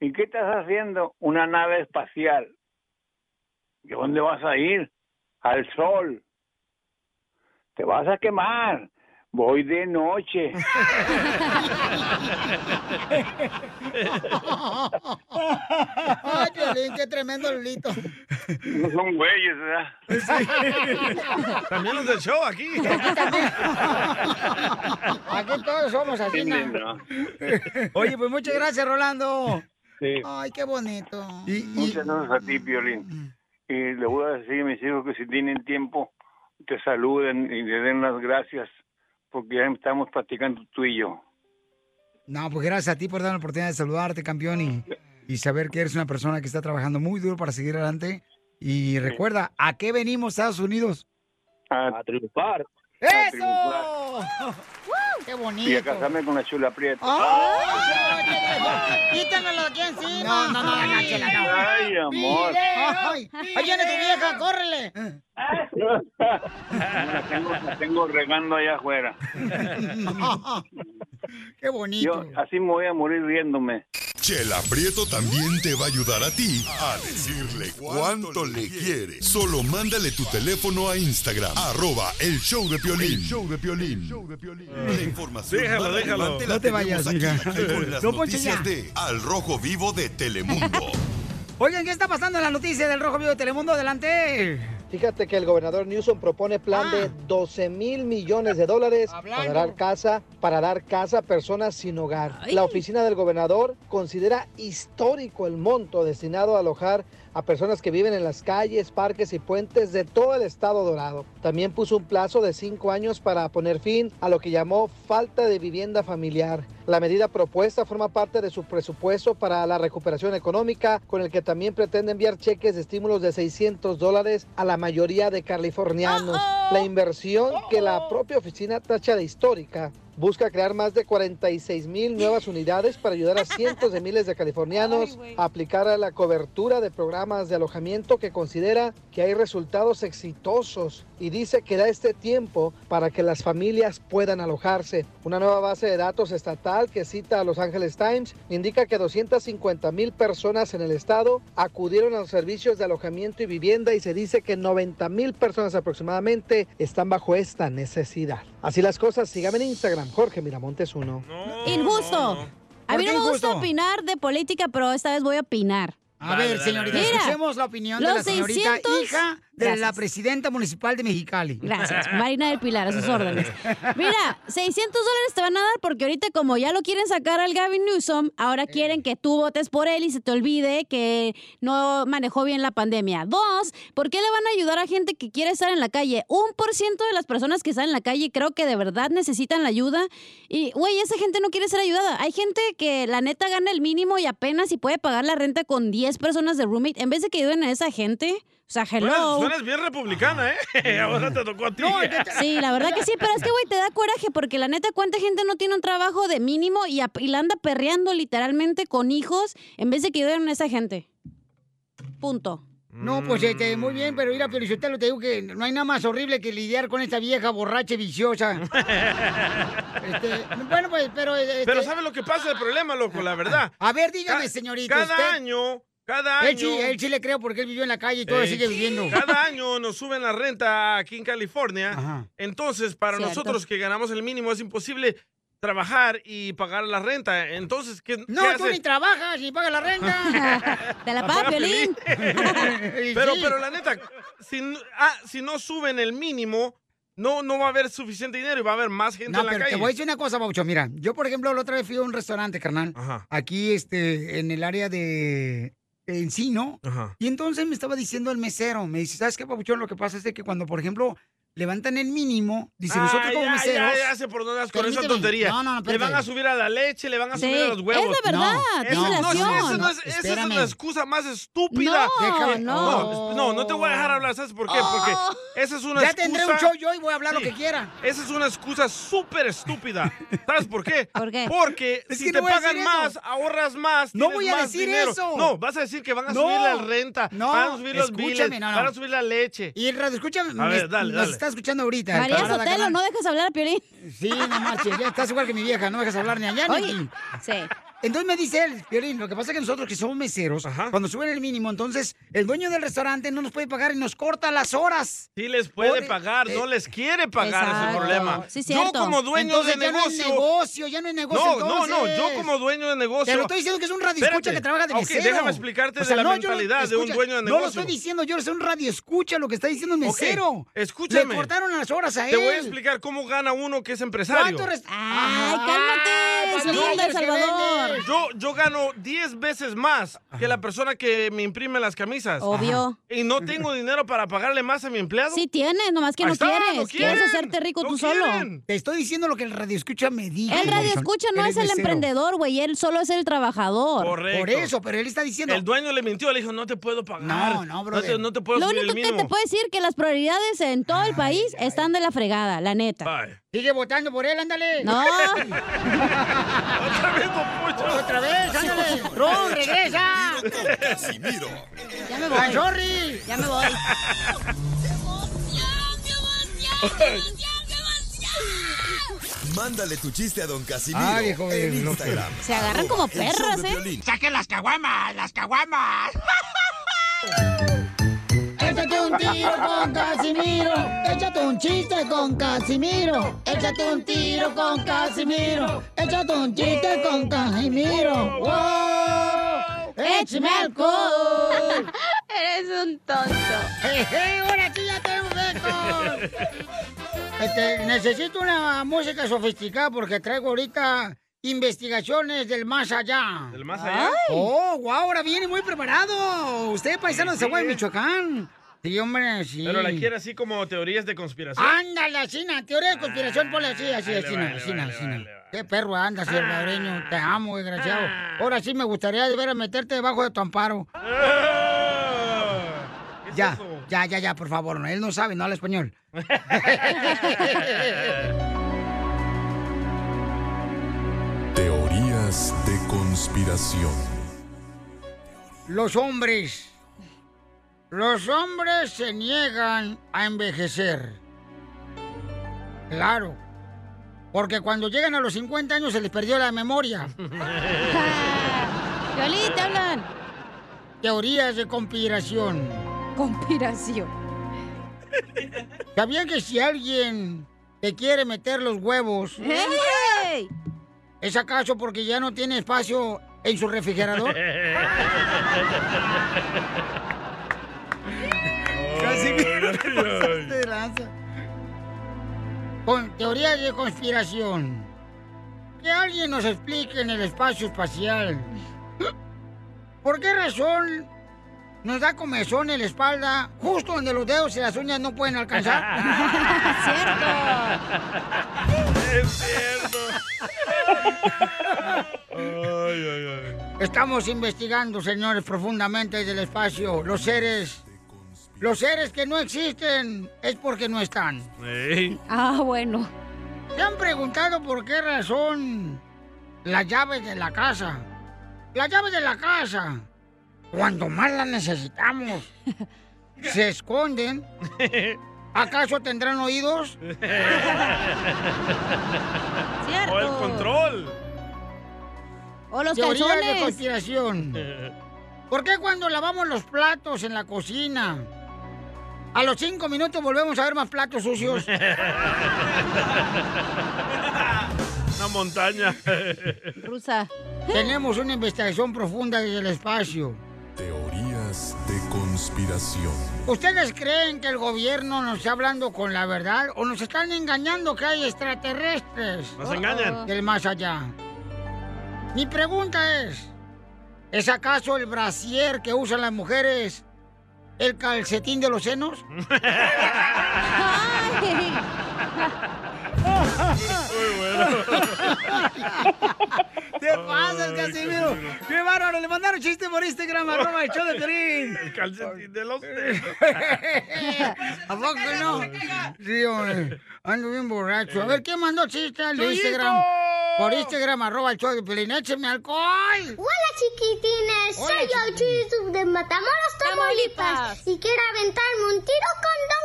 Speaker 17: ¿Y qué estás haciendo? Una nave espacial. ¿Y dónde vas a ir? Al sol. Te vas a quemar. Voy de noche.
Speaker 2: Ay, Piolín, qué tremendo Lolito.
Speaker 17: No son güeyes, ¿verdad?
Speaker 8: También los del show aquí.
Speaker 2: Aquí todos somos así, ¿no? Oye, pues muchas gracias, Rolando.
Speaker 17: Sí.
Speaker 2: Ay, qué bonito.
Speaker 17: Muchas gracias a ti, Piolín. Y le voy a decir a mis hijos que si tienen tiempo, te saluden y le den las gracias, porque ya estamos practicando tú y yo.
Speaker 2: No, pues gracias a ti por darme la oportunidad de saludarte, campeón, y, y saber que eres una persona que está trabajando muy duro para seguir adelante. Y recuerda, ¿a qué venimos, Estados Unidos?
Speaker 17: A, triunfar. A triunfar.
Speaker 2: ¡Eso! ¡Qué
Speaker 17: Y a
Speaker 2: bonito! ¡Ah!
Speaker 17: casarme con la chula prieta.
Speaker 2: ¡Ay! ¡Quítamelo aquí encima! No, no, no, no, chela, no.
Speaker 17: Ay, amor.
Speaker 2: ¡Ay! ¡Ahí viene tu vieja, córrele!
Speaker 17: La tengo, la tengo regando allá afuera.
Speaker 2: ¡Qué bonito!
Speaker 17: Yo así me voy a morir riéndome.
Speaker 10: Chela Prieto también te va a ayudar a ti a decirle cuánto le quiere. Solo mándale tu teléfono a Instagram, arroba el show de Piolín.
Speaker 18: El
Speaker 10: show de Piolín. La información
Speaker 18: Déjalo,
Speaker 10: más
Speaker 18: déjalo.
Speaker 10: relevante la
Speaker 18: No te
Speaker 10: tenemos
Speaker 18: vayas,
Speaker 10: aquí,
Speaker 18: mija.
Speaker 10: aquí con las
Speaker 18: No, Poncho,
Speaker 10: noticias
Speaker 18: ya.
Speaker 10: de Al Rojo Vivo de Telemundo.
Speaker 2: Oigan, ¿qué está pasando en la noticia del Rojo Vivo de Telemundo? Adelante. Ah.
Speaker 5: Fíjate que el gobernador Newsom propone plan de 12 mil millones de dólares para dar casa para dar casa a personas sin hogar. La oficina del gobernador considera histórico el monto destinado a alojar a personas que viven en las calles, parques y puentes de todo el estado dorado. También puso un plazo de cinco años para poner fin a lo que llamó falta de vivienda familiar. La medida propuesta forma parte de su presupuesto para la recuperación económica, con el que también pretende enviar cheques de estímulos de 600 dólares a la mayoría de californianos. La inversión que la propia oficina tacha de histórica busca crear más de 46 mil nuevas unidades para ayudar a cientos de miles de californianos a aplicar a la cobertura de programas de alojamiento que considera que hay resultados exitosos y dice que da este tiempo para que las familias puedan alojarse. Una nueva base de datos estatal que cita a Los Angeles Times indica que 250 mil personas en el estado acudieron a los servicios de alojamiento y vivienda y se dice que 90 mil personas aproximadamente están bajo esta necesidad. Así las cosas, síganme en Instagram, Jorge Miramontes 1.
Speaker 4: Injusto. A
Speaker 5: ¿Por
Speaker 4: mí
Speaker 5: qué
Speaker 4: no me gusta
Speaker 5: injusto?
Speaker 4: opinar de política, pero esta vez voy a opinar.
Speaker 2: A ver, señorita,
Speaker 4: Mira,
Speaker 2: escuchemos la opinión de
Speaker 4: los
Speaker 2: la señorita
Speaker 4: 600
Speaker 2: hija de la
Speaker 4: Gracias.
Speaker 2: presidenta municipal de Mexicali.
Speaker 4: Gracias, Marina del Pilar, a sus órdenes. Mira, 600 dólares te van a dar porque ahorita como ya lo quieren sacar al Gavin Newsom, ahora quieren que tú votes por él y se te olvide que no manejó bien la pandemia. Dos, ¿por qué le van a ayudar a gente que quiere estar en la calle? Un por ciento de las personas que están en la calle creo que de verdad necesitan la ayuda. Y, güey, esa gente no quiere ser ayudada. Hay gente que la neta gana el mínimo y apenas si puede pagar la renta con 10 personas de roommate en vez de que ayuden a esa gente. O sea,
Speaker 8: Tú
Speaker 4: hello.
Speaker 8: eres, tú eres bien republicana, ¿eh? Ahora te tocó a ti.
Speaker 4: Sí, la verdad que sí, pero es que, güey, te da coraje porque la neta, ¿cuánta gente no tiene un trabajo de mínimo y, ap- y la anda perreando literalmente con hijos en vez de que ayuden a esa gente? Punto.
Speaker 2: No, pues este, muy bien, pero mira, Felicitelo, te digo que no hay nada más horrible que lidiar con esta vieja borracha y viciosa. Este, bueno, pues, pero. este,
Speaker 8: Pero ¿sabes lo que pasa? El problema, loco, la verdad.
Speaker 2: A ver, dígame,
Speaker 8: Ca-
Speaker 2: señorita.
Speaker 8: Cada
Speaker 2: usted-
Speaker 8: año, cada año.
Speaker 2: Él sí, él sí le creo porque él vivió en la calle y todavía
Speaker 8: Eh,
Speaker 2: sigue viviendo.
Speaker 8: Cada año nos suben la renta aquí en California. Entonces, para
Speaker 2: Cierto.
Speaker 8: nosotros que ganamos el mínimo, es imposible trabajar y pagar la renta. Entonces, ¿qué,
Speaker 2: No,
Speaker 8: qué
Speaker 2: tú
Speaker 8: hace?
Speaker 2: ni trabajas ni pagas la renta.
Speaker 4: Te
Speaker 8: La paga Piolín. pero,
Speaker 2: Sí.
Speaker 8: pero la neta, si, n- ah, si no suben el mínimo, no, no va a haber suficiente dinero y va a haber más gente
Speaker 2: No,
Speaker 8: en la
Speaker 2: pero
Speaker 8: calle.
Speaker 2: te voy a decir una cosa, Baucho. Mira, yo, por ejemplo, la otra vez fui a un restaurante, carnal. Aquí, este, en el área de de Encino. Y entonces me estaba diciendo el mesero, me dice, ¿sabes qué, Bauchón? Lo que pasa es de que cuando, por ejemplo, levantan el mínimo, dice, nosotros
Speaker 8: Ay,
Speaker 2: como
Speaker 8: ya,
Speaker 2: meseros...
Speaker 8: Ya, ya sé por dónde vas con esa
Speaker 2: Permíteme.
Speaker 8: tontería.
Speaker 2: No, no, no,
Speaker 8: le van
Speaker 2: espérate.
Speaker 8: a subir a la leche, le van a
Speaker 2: Sí,
Speaker 8: subir a los
Speaker 2: es
Speaker 8: huevos.
Speaker 2: la verdad,
Speaker 8: Eso-
Speaker 2: no,
Speaker 8: no, sí,
Speaker 2: no,
Speaker 8: eso no
Speaker 2: no,
Speaker 8: es- esa es
Speaker 2: espérame.
Speaker 8: una excusa más estúpida.
Speaker 2: No, Déjame- no.
Speaker 8: no. No, no te voy a dejar hablar. ¿Sabes por qué?
Speaker 2: Oh.
Speaker 8: Porque esa es una
Speaker 2: Ya
Speaker 8: excusa.
Speaker 2: tendré un show yo y voy a hablar lo que quiera.
Speaker 8: Esa es una excusa súper estúpida. ¿Sabes por qué? ¿Por
Speaker 4: qué?
Speaker 8: Porque
Speaker 2: Es
Speaker 8: si
Speaker 2: que
Speaker 8: te
Speaker 2: no voy a
Speaker 8: pagan
Speaker 2: decir eso.
Speaker 8: más, ahorras más.
Speaker 2: No
Speaker 8: tienes
Speaker 2: voy a
Speaker 8: más
Speaker 2: decir
Speaker 8: dinero.
Speaker 2: eso.
Speaker 8: No, vas a decir que van a
Speaker 2: No.
Speaker 8: subir la renta,
Speaker 2: No,
Speaker 8: van a subir los
Speaker 2: escúchame,
Speaker 8: biles,
Speaker 2: no, no.
Speaker 8: van a subir la leche.
Speaker 2: Y radio, escúchame,
Speaker 8: A ver,
Speaker 2: me-
Speaker 8: dale,
Speaker 2: nos
Speaker 8: dale.
Speaker 2: está escuchando ahorita.
Speaker 4: María
Speaker 2: Camarada,
Speaker 4: Sotelo,
Speaker 2: carnal.
Speaker 4: no dejas hablar a Piolín.
Speaker 2: Sí, no marches, ya estás igual que mi vieja, no me dejas hablar ni allá ni
Speaker 4: Oye,
Speaker 2: aquí.
Speaker 4: Sí.
Speaker 2: Entonces me dice él, Piolín, lo que pasa es que nosotros que somos meseros, cuando suben el mínimo, entonces el dueño del restaurante no nos puede pagar y nos corta las horas.
Speaker 8: Sí les puede
Speaker 2: Por-
Speaker 8: pagar, no les quiere pagar, es el
Speaker 2: eh, Exacto.
Speaker 8: problema.
Speaker 2: Sí,
Speaker 8: yo
Speaker 2: cierto.
Speaker 8: como dueño
Speaker 2: Entonces,
Speaker 8: de
Speaker 2: ya no es
Speaker 8: negocio...
Speaker 2: negocio, ya no es negocio,
Speaker 8: No, no, no,
Speaker 2: entonces.
Speaker 8: yo como dueño de negocio...
Speaker 2: Te lo estoy diciendo que es un radioescucha
Speaker 8: Espérate.
Speaker 2: que trabaja de
Speaker 8: Ok,
Speaker 2: mesero.
Speaker 8: déjame explicarte
Speaker 2: O sea,
Speaker 8: de la
Speaker 2: no, yo no-
Speaker 8: mentalidad de un
Speaker 2: escucha,
Speaker 8: dueño de
Speaker 2: No lo
Speaker 8: negocio.
Speaker 2: estoy diciendo, yo soy un radioescucha lo que está diciendo el
Speaker 8: Ok,
Speaker 2: mesero.
Speaker 8: escúchame.
Speaker 2: Le cortaron las horas a él.
Speaker 8: Te voy a explicar cómo gana uno que es empresario.
Speaker 2: ¿Cuánto res- Ah,
Speaker 4: ¡Ay, cálmate!
Speaker 2: Ay,
Speaker 4: ¡Linda, El
Speaker 2: Dios, que
Speaker 4: Salvador!
Speaker 8: Yo, yo gano 10 veces más que la persona que me imprime las camisas.
Speaker 4: Obvio.
Speaker 8: Y no tengo dinero para pagarle más a mi empleado.
Speaker 4: Sí tienes, nomás que
Speaker 8: Ahí
Speaker 4: no
Speaker 8: está,
Speaker 4: quieres.
Speaker 8: no
Speaker 4: quieres
Speaker 8: quieren,
Speaker 4: hacerte rico
Speaker 8: no
Speaker 4: tú solo.
Speaker 8: quieren.
Speaker 2: Te estoy diciendo lo que el radioescucha me dijo.
Speaker 4: El radio escucha no es el emprendedor, güey, él solo es el trabajador.
Speaker 8: Correcto.
Speaker 2: pero él está diciendo.
Speaker 8: El dueño le mintió, le dijo, no te puedo pagar.
Speaker 2: No, no,
Speaker 8: te,
Speaker 2: brother.
Speaker 8: no te puedo
Speaker 4: Lo
Speaker 8: subir el
Speaker 4: único que te
Speaker 8: mínimo".
Speaker 4: puedo decir que las prioridades en todo el país están de la fregada, la neta.
Speaker 2: Sigue votando por él, ándale.
Speaker 4: No.
Speaker 8: Otra vez,
Speaker 2: Otra vez, ándale. Ron, regresa.
Speaker 10: Casimiro.
Speaker 4: Ya
Speaker 2: me voy. Ay, sorry.
Speaker 4: Ya me voy.
Speaker 10: Mándale tu chiste a don Casimiro
Speaker 2: Ay, hijo de
Speaker 10: en
Speaker 2: loco.
Speaker 10: Instagram.
Speaker 4: Se agarran como
Speaker 10: El show
Speaker 4: perras,
Speaker 10: de
Speaker 4: ¿eh?
Speaker 10: Piolín.
Speaker 2: ¡Saquen las caguamas! ¡Las caguamas! Échate un tiro con Casimiro. Échate un chiste con Casimiro. Échate un tiro con Casimiro. Échate un chiste con Casimiro. ¡Wow! ¡Échame alcohol!
Speaker 18: Eres un tonto.
Speaker 2: ¡Hey, hey! ¡Ahora sí ya tengo récord! Este, necesito una música sofisticada porque traigo ahorita investigaciones del más allá. ¿Del
Speaker 8: más allá? Ay.
Speaker 2: ¡Oh, wow! Ahora viene muy preparado. Usted, paisano de
Speaker 8: Sí, sí,
Speaker 2: Zaguay,
Speaker 8: eh.
Speaker 2: Michoacán. Sí, hombre, sí. Ah,
Speaker 8: Pero la quiere así como teorías de conspiración.
Speaker 2: Ándale, Asina, teoría de conspiración, ponle así, así,
Speaker 8: Ahí le
Speaker 2: Asina,
Speaker 8: va, ahí le
Speaker 2: Asina,
Speaker 8: va, ahí le va, Ah.
Speaker 2: Asina.
Speaker 8: ahí le
Speaker 2: Qué perro andas, salvadoreño. Te amo, desgraciado. Ahora sí me gustaría de ver a meterte debajo de tu amparo.
Speaker 8: Ah,
Speaker 10: Ah,
Speaker 2: Ya, ya, ya, ya, por favor. no, Él no sabe, no habla español.
Speaker 10: Teorías de conspiración.
Speaker 2: Los hombres. Los hombres se niegan a envejecer. Claro. Porque cuando llegan a los 50 años se les perdió la memoria.
Speaker 4: Violín, te hablan.
Speaker 2: Teorías de conspiración.
Speaker 4: Conspiración.
Speaker 2: ¿Sabían que si alguien te quiere meter los huevos,
Speaker 4: ¡Ey!
Speaker 2: es acaso porque ya no tiene espacio en su refrigerador? Casimiro, te pasaste de lanza. Con teorías de conspiración. Que alguien nos explique en el espacio espacial. ¿Por qué razón nos da comezón en la espalda justo donde los dedos y las uñas no pueden alcanzar?
Speaker 8: Es cierto. Ay, ay, ay.
Speaker 2: Estamos investigando, señores, profundamente desde el espacio. Los seres. Los seres que no existen es porque no están.
Speaker 4: Ah, bueno.
Speaker 2: ¿Se han preguntado por qué razón las llaves de la casa? Las llaves de la casa, cuando más las necesitamos, se esconden. ¿Acaso tendrán oídos?
Speaker 8: O el control.
Speaker 4: O los
Speaker 2: Teorías
Speaker 4: calzones.
Speaker 2: de conspiración. ¿Por qué cuando lavamos los platos en la cocina, a los cinco minutos volvemos a ver más platos sucios?
Speaker 8: Una montaña.
Speaker 4: Rusa.
Speaker 2: Tenemos una investigación profunda desde el espacio.
Speaker 10: Teorías de conspiración.
Speaker 2: ¿Ustedes creen que el gobierno nos está hablando con la verdad o nos están engañando que hay extraterrestres?
Speaker 8: Nos engañan.
Speaker 2: Del más allá. Mi pregunta es, ¿es acaso el brasier que usan las mujeres el calcetín de los senos? ¿Te pasas, Casimiro? ¡Qué bárbaro! Le mandaron chiste por Instagram, arroba el show de Piolín.
Speaker 8: El calcetín de los dedos.
Speaker 2: ¿A poco no? Sí, hombre. Ando bien borracho. A ver, ¿quién mandó chiste al de
Speaker 18: ¡Chuyito!
Speaker 2: Instagram? Por Instagram, arroba el show de Piolín. ¡Écheme alcohol!
Speaker 18: Hola chiquitines,
Speaker 2: Hola,
Speaker 18: soy yo Chuyup de Matamoros, Tamaulipas y quiero aventarme un tiro con Don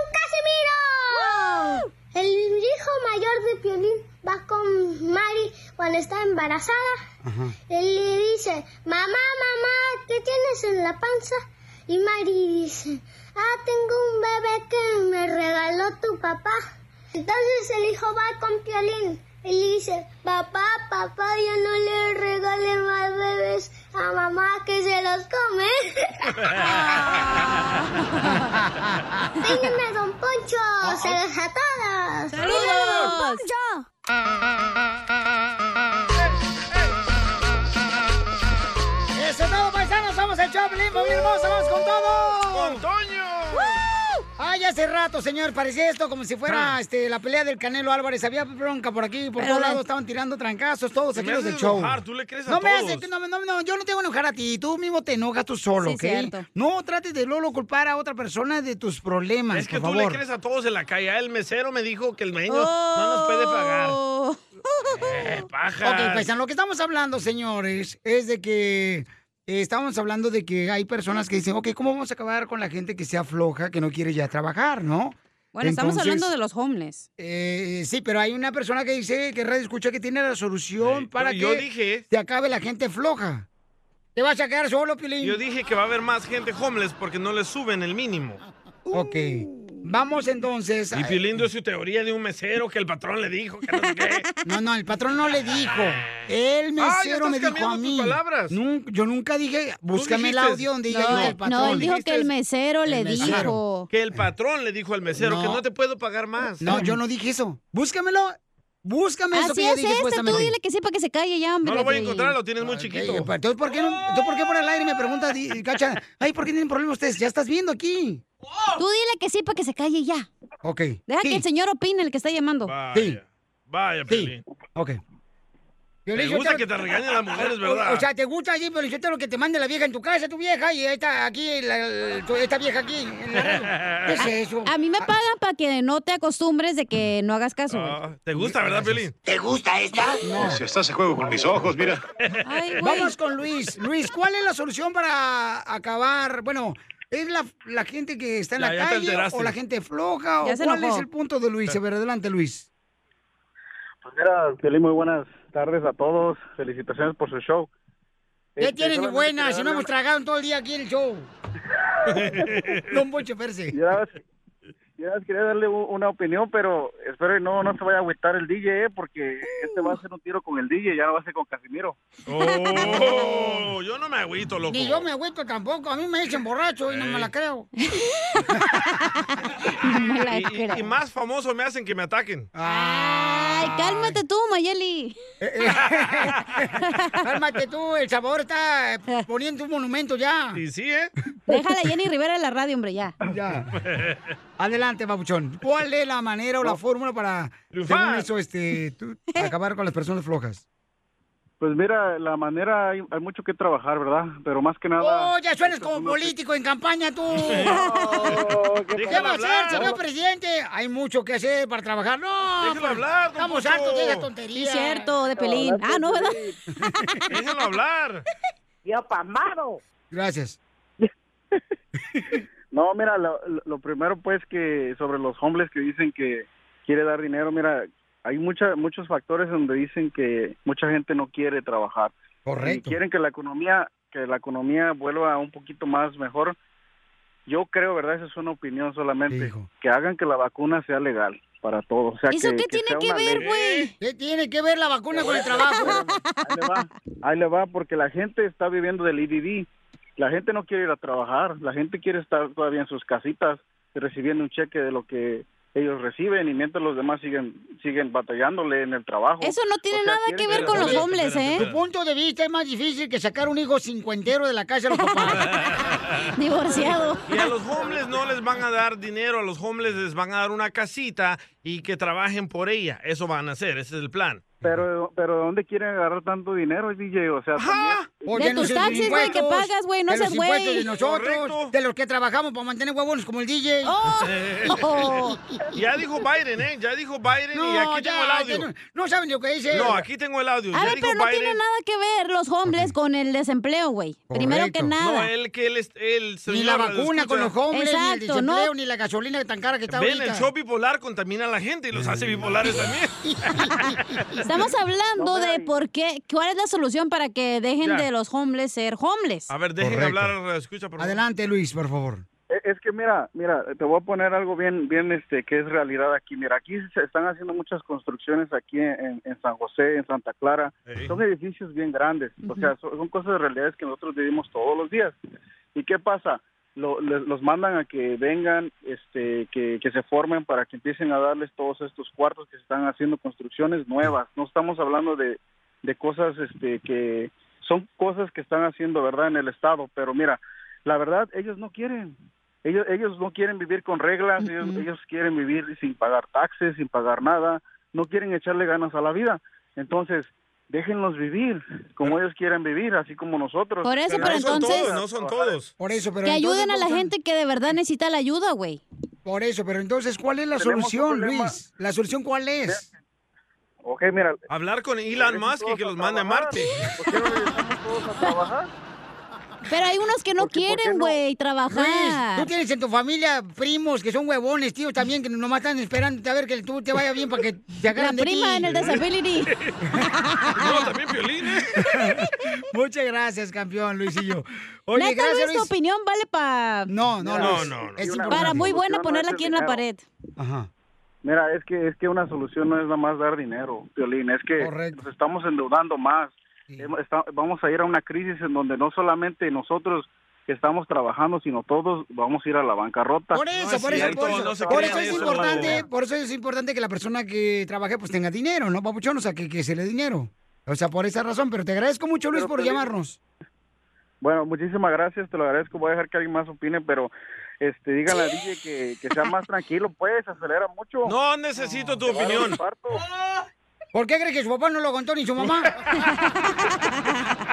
Speaker 18: Casimiro. El hijo mayor de Piolín va con Mari cuando está embarazada. Él le dice, mamá, mamá, ¿qué tienes en la panza? Y Mari dice, ah, tengo un bebé que me regaló tu papá. Entonces el hijo va con Piolín. Él dice, papá, papá, ya no le regalen más bebés a mamá que se los come. ¡Véngame, don Poncho! ¡Se los a todos!
Speaker 4: ¡Saludos!
Speaker 2: ¡Eso es todo, paisanos! ¡Somos el Choplin, familia hermosa! ¡Vamos con todo! ¡Con Toño! Ay, hace rato, señor, parecía esto como si fuera
Speaker 8: Ah.
Speaker 2: este, la pelea del Canelo Álvarez. Había bronca por aquí, por
Speaker 8: Pero
Speaker 2: todos
Speaker 8: la-
Speaker 2: lados estaban tirando trancazos, todos
Speaker 8: Me
Speaker 2: aquí los
Speaker 8: haces
Speaker 2: del show.
Speaker 8: enojar, tú le crees a
Speaker 2: no me
Speaker 8: todos.
Speaker 2: hace, no, no, no, yo no te voy a enojar a ti, tú mismo te enojas tú solo,
Speaker 8: Sí,
Speaker 2: ¿ok?
Speaker 8: cierto.
Speaker 2: No trates de luego culpar a otra persona de tus problemas,
Speaker 8: Es que tú
Speaker 2: por
Speaker 8: le
Speaker 2: favor.
Speaker 8: crees a todos en la calle. Ah, El mesero me dijo que el dueño
Speaker 4: Oh.
Speaker 8: no nos puede pagar. Eh, paja.
Speaker 2: Ok, pues, paisano, lo que estamos hablando, señores, es de que eh, estamos hablando de que hay personas que dicen, ok, ¿cómo vamos a acabar con la gente que sea floja, que no quiere ya trabajar, no?
Speaker 4: Bueno, estamos
Speaker 2: Entonces,
Speaker 4: hablando de los homeless.
Speaker 2: eh, sí, pero hay una persona que dice que Radio Escucha que tiene la solución para que
Speaker 8: yo dije-
Speaker 2: te acabe la gente floja. Te vas a quedar solo, Pilín.
Speaker 8: Yo dije que va a haber más gente homeless porque no les suben el mínimo.
Speaker 2: Uh. Ok. Vamos entonces. eh,
Speaker 8: Y
Speaker 2: a-
Speaker 8: Piolín dio su teoría de un mesero que el patrón le dijo. que-
Speaker 2: No, no, el patrón no le dijo. El
Speaker 8: Ah, ya
Speaker 2: mesero
Speaker 8: estás
Speaker 2: me dijo
Speaker 8: cambiando
Speaker 2: a
Speaker 8: tus
Speaker 2: mí.
Speaker 8: palabras.
Speaker 2: Nun- yo nunca dije, búscame el
Speaker 8: dijiste.
Speaker 2: audio donde diga
Speaker 8: No,
Speaker 2: yo que el
Speaker 8: no,
Speaker 2: patrón.
Speaker 4: No, él dijo que el mesero le dijo.
Speaker 8: Que el patrón le dijo al mesero que
Speaker 2: No.
Speaker 8: no te puedo pagar más.
Speaker 2: No, yo no dije eso. Búscamelo. Búscame eso
Speaker 4: Así
Speaker 2: que yo
Speaker 4: es
Speaker 2: dije
Speaker 4: este,
Speaker 2: pues,
Speaker 4: tú
Speaker 2: supuestamente.
Speaker 4: dile que sí para que se calle ya, hombre.
Speaker 8: No lo voy a
Speaker 4: güey.
Speaker 8: encontrar, lo tienes muy chiquito.
Speaker 2: Eh, Entonces, ¿por qué, no, entonces, ¿por qué por el aire me preguntas, di- Cacha? Ay, ¿por qué tienen problemas ustedes? Ya estás viendo aquí.
Speaker 4: Tú dile que sí para que se calle ya.
Speaker 2: Ok.
Speaker 4: Deja que el señor opine, el que está llamando.
Speaker 8: Vaya, vaya, Piolín.
Speaker 2: Ok.
Speaker 8: Me
Speaker 2: Piolín, yo
Speaker 8: gusta
Speaker 2: te-
Speaker 8: que te regañen las mujeres,
Speaker 2: O,
Speaker 8: ¿verdad?
Speaker 2: o sea, ¿te gusta allí, pero yo te lo que te mande la vieja en tu casa, tu vieja, y esta aquí, la- la- tu- esta vieja aquí. en la radio? ¿Qué es eso?
Speaker 4: A mí me pagan para que no te acostumbres de que no hagas caso. güey.
Speaker 8: ¿Te gusta, verdad, Piolín?
Speaker 2: ¿Te gusta esta?
Speaker 19: Si estás a juego con mis ojos, mira.
Speaker 2: Vamos con Luis. Luis, ¿cuál es la solución para acabar? Bueno, ¿es la, la gente que está en
Speaker 8: Ya,
Speaker 2: la
Speaker 8: ya te
Speaker 2: calle
Speaker 8: alteraste.
Speaker 2: o la gente floja?
Speaker 8: Ya
Speaker 2: ¿O
Speaker 8: se
Speaker 2: cuál
Speaker 8: enojó.
Speaker 2: es el punto de Luis? A ver, adelante, Luis.
Speaker 20: Pues mira, Piolín, muy buenas tardes a todos. Felicitaciones por su show.
Speaker 2: ¿Qué
Speaker 20: Este,
Speaker 2: tienen de
Speaker 20: solamente
Speaker 2: buena?
Speaker 20: quería
Speaker 2: Si no hemos
Speaker 20: darle-
Speaker 2: tragado en todo el día aquí el show. Don Poncho Perse.
Speaker 20: Ya nada más- ya nada más quería darle u- una opinión, pero espero que no, no se vaya a agüitar el DJ, ¿eh? porque este va a hacer un tiro con el DJ, ya no va a ser con Casimiro.
Speaker 8: Oh, yo no me agüito, loco.
Speaker 2: Ni yo me agüito tampoco. A mí me dicen borracho y no me la creo.
Speaker 8: Y- y- y, más famoso me hacen que me ataquen.
Speaker 2: Ah.
Speaker 4: Ay, cálmate tú, Mayeli.
Speaker 2: Eh, Cálmate tú, el sabor está eh, poniendo un monumento ya.
Speaker 8: Sí, sí, ¿eh?
Speaker 4: Déjala a Jenny Rivera en la radio, hombre, ya.
Speaker 2: Ya. Adelante, babuchón. ¿Cuál es la manera o
Speaker 8: Oh.
Speaker 2: la fórmula para,
Speaker 20: Triunfar.
Speaker 2: según eso, este, tú, acabar con las personas flojas?
Speaker 20: Pues mira, la manera, hay, hay mucho que trabajar, ¿verdad? Pero más que nada...
Speaker 2: ¡Oh, ya suenas como político en campaña tú!
Speaker 8: Oh,
Speaker 2: ¿Qué, va a hacer, señor presidente? Hay mucho que hacer para trabajar. ¡No!
Speaker 8: Déjalo
Speaker 2: pues,
Speaker 8: hablar, don
Speaker 2: Estamos
Speaker 8: Poncho.
Speaker 2: hartos de esas tonterías.
Speaker 4: Sí, cierto, de Pelín. Ah, no, ¿verdad?
Speaker 8: Déjenlo hablar.
Speaker 20: ¡Dios pamado!
Speaker 2: Gracias.
Speaker 20: No, mira, lo, lo- lo primero pues que sobre los hombres que dicen que quiere dar dinero, mira, hay mucha, muchos factores donde dicen que mucha gente no quiere trabajar.
Speaker 2: Correcto.
Speaker 20: Y quieren que la economía, que la economía vuelva un poquito más mejor. Yo creo, ¿verdad? Esa es una opinión solamente. Que hagan que la vacuna sea legal para todos. O sea,
Speaker 2: ¿Eso
Speaker 20: que,
Speaker 2: qué
Speaker 20: que
Speaker 2: tiene
Speaker 20: sea
Speaker 2: que
Speaker 20: una
Speaker 2: ver,
Speaker 20: ley.
Speaker 2: güey? ¿Qué tiene que ver la vacuna con el trabajo?
Speaker 20: Ahí le va, porque la gente está viviendo del IDD. La gente no quiere ir a trabajar, la gente quiere estar todavía en sus casitas recibiendo un cheque de lo que ellos reciben y mientras los demás siguen siguen batallándole en el trabajo.
Speaker 4: Eso no tiene
Speaker 20: O sea,
Speaker 4: nada que
Speaker 20: quieren-
Speaker 4: ver con los hombres, ¿eh?
Speaker 20: espérate.
Speaker 2: Tu punto de vista es más difícil que sacar un hijo cincuentero de la casa de los papás.
Speaker 4: Divorciado.
Speaker 8: Y a los homeless no les van a dar dinero, a los homeless les van a dar una casita y que trabajen por ella. Eso van a hacer, ese es el plan.
Speaker 20: Pero, pero ¿de ¿dónde quieren agarrar tanto dinero, DJ? O sea,
Speaker 2: Oye,
Speaker 20: también...
Speaker 2: no sé, impuestos, de los impuestos de nosotros,
Speaker 8: Correcto.
Speaker 2: de los que trabajamos para mantener huevones como el DJ.
Speaker 4: Oh.
Speaker 8: ya dijo Biden, ¿eh? Ya dijo Biden y
Speaker 2: No,
Speaker 8: aquí
Speaker 2: ya,
Speaker 8: tengo el audio.
Speaker 2: ya no- no saben lo que dice.
Speaker 8: No, aquí tengo el audio.
Speaker 4: A
Speaker 8: ya
Speaker 4: ver,
Speaker 8: dijo
Speaker 4: pero no
Speaker 8: Biden.
Speaker 4: tiene nada que ver los hombres con el desempleo, güey. Primero que
Speaker 8: No,
Speaker 4: nada.
Speaker 8: él que él es él,
Speaker 2: Ni
Speaker 8: señor,
Speaker 2: la vacuna con los
Speaker 8: escucha.
Speaker 2: hombres, ni el
Speaker 4: Exacto,
Speaker 2: desempleo,
Speaker 4: ¿no?
Speaker 2: ni la gasolina tan cara que está
Speaker 8: Ven,
Speaker 2: ahorita.
Speaker 8: el show bipolar contamina a la gente y los hace bipolares también.
Speaker 4: Estamos hablando de por qué, cuál es la solución para que dejen
Speaker 8: Ya.
Speaker 4: de los homeless ser homeless.
Speaker 8: A ver, dejen
Speaker 20: Correcto.
Speaker 8: hablar, escucha por favor.
Speaker 2: Adelante, Luis, por favor.
Speaker 20: Es- e, Es que mira, mira, te voy a poner algo bien, bien, este, que es realidad aquí. Mira, aquí se están haciendo muchas construcciones aquí en, en San José, en Santa Clara.
Speaker 21: Ey.
Speaker 20: Son edificios bien grandes. O sea, son, son cosas de realidades que nosotros vivimos todos los días. ¿Y qué pasa? Lo- le- los mandan a que vengan, este, que, que se formen para que empiecen a darles todos estos cuartos que se están haciendo construcciones nuevas. No estamos hablando de, de cosas, este, que son cosas que están haciendo, ¿verdad? En el estado. Pero mira, la verdad, ellos no quieren. Ellos, ellos no quieren vivir con reglas, ellos, ellos quieren vivir sin pagar taxes, sin pagar nada, no quieren echarle ganas a la vida. Entonces, déjenlos vivir como ellos quieran vivir, así como nosotros.
Speaker 4: Por eso, Pero pero no son entonces- todos, no son
Speaker 8: todos.
Speaker 2: Por eso, pero
Speaker 4: que
Speaker 2: entonces,
Speaker 4: ayuden a la
Speaker 2: ¿cómo
Speaker 4: gente que de verdad necesita la ayuda, güey.
Speaker 2: Por eso, pero entonces, ¿cuál es la
Speaker 4: Tenemos un
Speaker 2: solución,
Speaker 4: problema.
Speaker 2: Luis? ¿La solución cuál es?
Speaker 20: Ok, mira.
Speaker 8: Hablar con Elon Musk y que los mande a Marte.
Speaker 20: están?
Speaker 4: Pero hay unos que no quieren, güey,
Speaker 2: Luis,
Speaker 4: trabajar.
Speaker 2: tú tienes en tu familia primos que son huevones, tíos también, que nomás están esperando a ver que tú te vaya bien para que te agarren
Speaker 4: La prima en el disability.
Speaker 2: no, también violines. Muchas gracias, campeón Luisillo. Oye,
Speaker 4: Neta,
Speaker 2: gracias,
Speaker 4: Luis, tu opinión vale para...
Speaker 2: No,
Speaker 4: no,
Speaker 2: no, Luis. No, no, no.
Speaker 4: Es
Speaker 2: Es
Speaker 4: para
Speaker 2: importante.
Speaker 4: muy buena
Speaker 20: No, no,
Speaker 4: ponerla
Speaker 20: ese
Speaker 4: aquí en la
Speaker 20: dinero.
Speaker 4: pared.
Speaker 20: Ajá. Mira, es que es que una solución no es nada más dar dinero, Violín, es que nos estamos endeudando más. Hemos- está- vamos a ir a una crisis en donde no solamente nosotros que estamos trabajando, sino todos vamos a ir a la bancarrota.
Speaker 2: Por eso, por eso, por eso. por eso es importante, por eso es importante que la persona que trabaje pues tenga dinero, ¿no, papuchón? O sea, que, que se le dé dinero. O sea, por esa razón, pero te agradezco mucho, Luis,
Speaker 20: Pero,
Speaker 2: por
Speaker 20: Piolín,
Speaker 2: llamarnos.
Speaker 20: Bueno, muchísimas gracias, te lo agradezco. Voy a dejar que alguien más opine, pero este, dígale a DJ que, que sea más tranquilo, pues, acelera mucho.
Speaker 8: No necesito tu opinión.
Speaker 2: ¿Por qué cree que su papá no lo contó ni su mamá?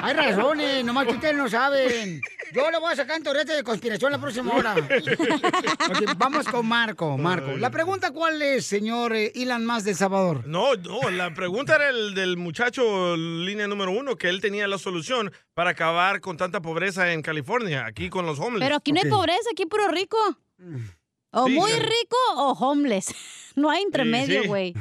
Speaker 2: Hay razones, nomás que ustedes no saben. Yo le voy a sacar en torrete de conspiración la próxima hora. Ok, vamos con Marco, Marco. La pregunta, ¿cuál es, señor eh, Elon Musk de El Salvador?
Speaker 8: No, no, la pregunta era el del muchacho línea número uno, que él tenía la solución para acabar con tanta pobreza en California, aquí con los homeless.
Speaker 4: Pero aquí no hay pobreza, aquí puro rico. O
Speaker 8: Sí,
Speaker 4: muy
Speaker 8: claro.
Speaker 4: rico o homeless. No hay intermedio,
Speaker 8: sí.
Speaker 4: güey.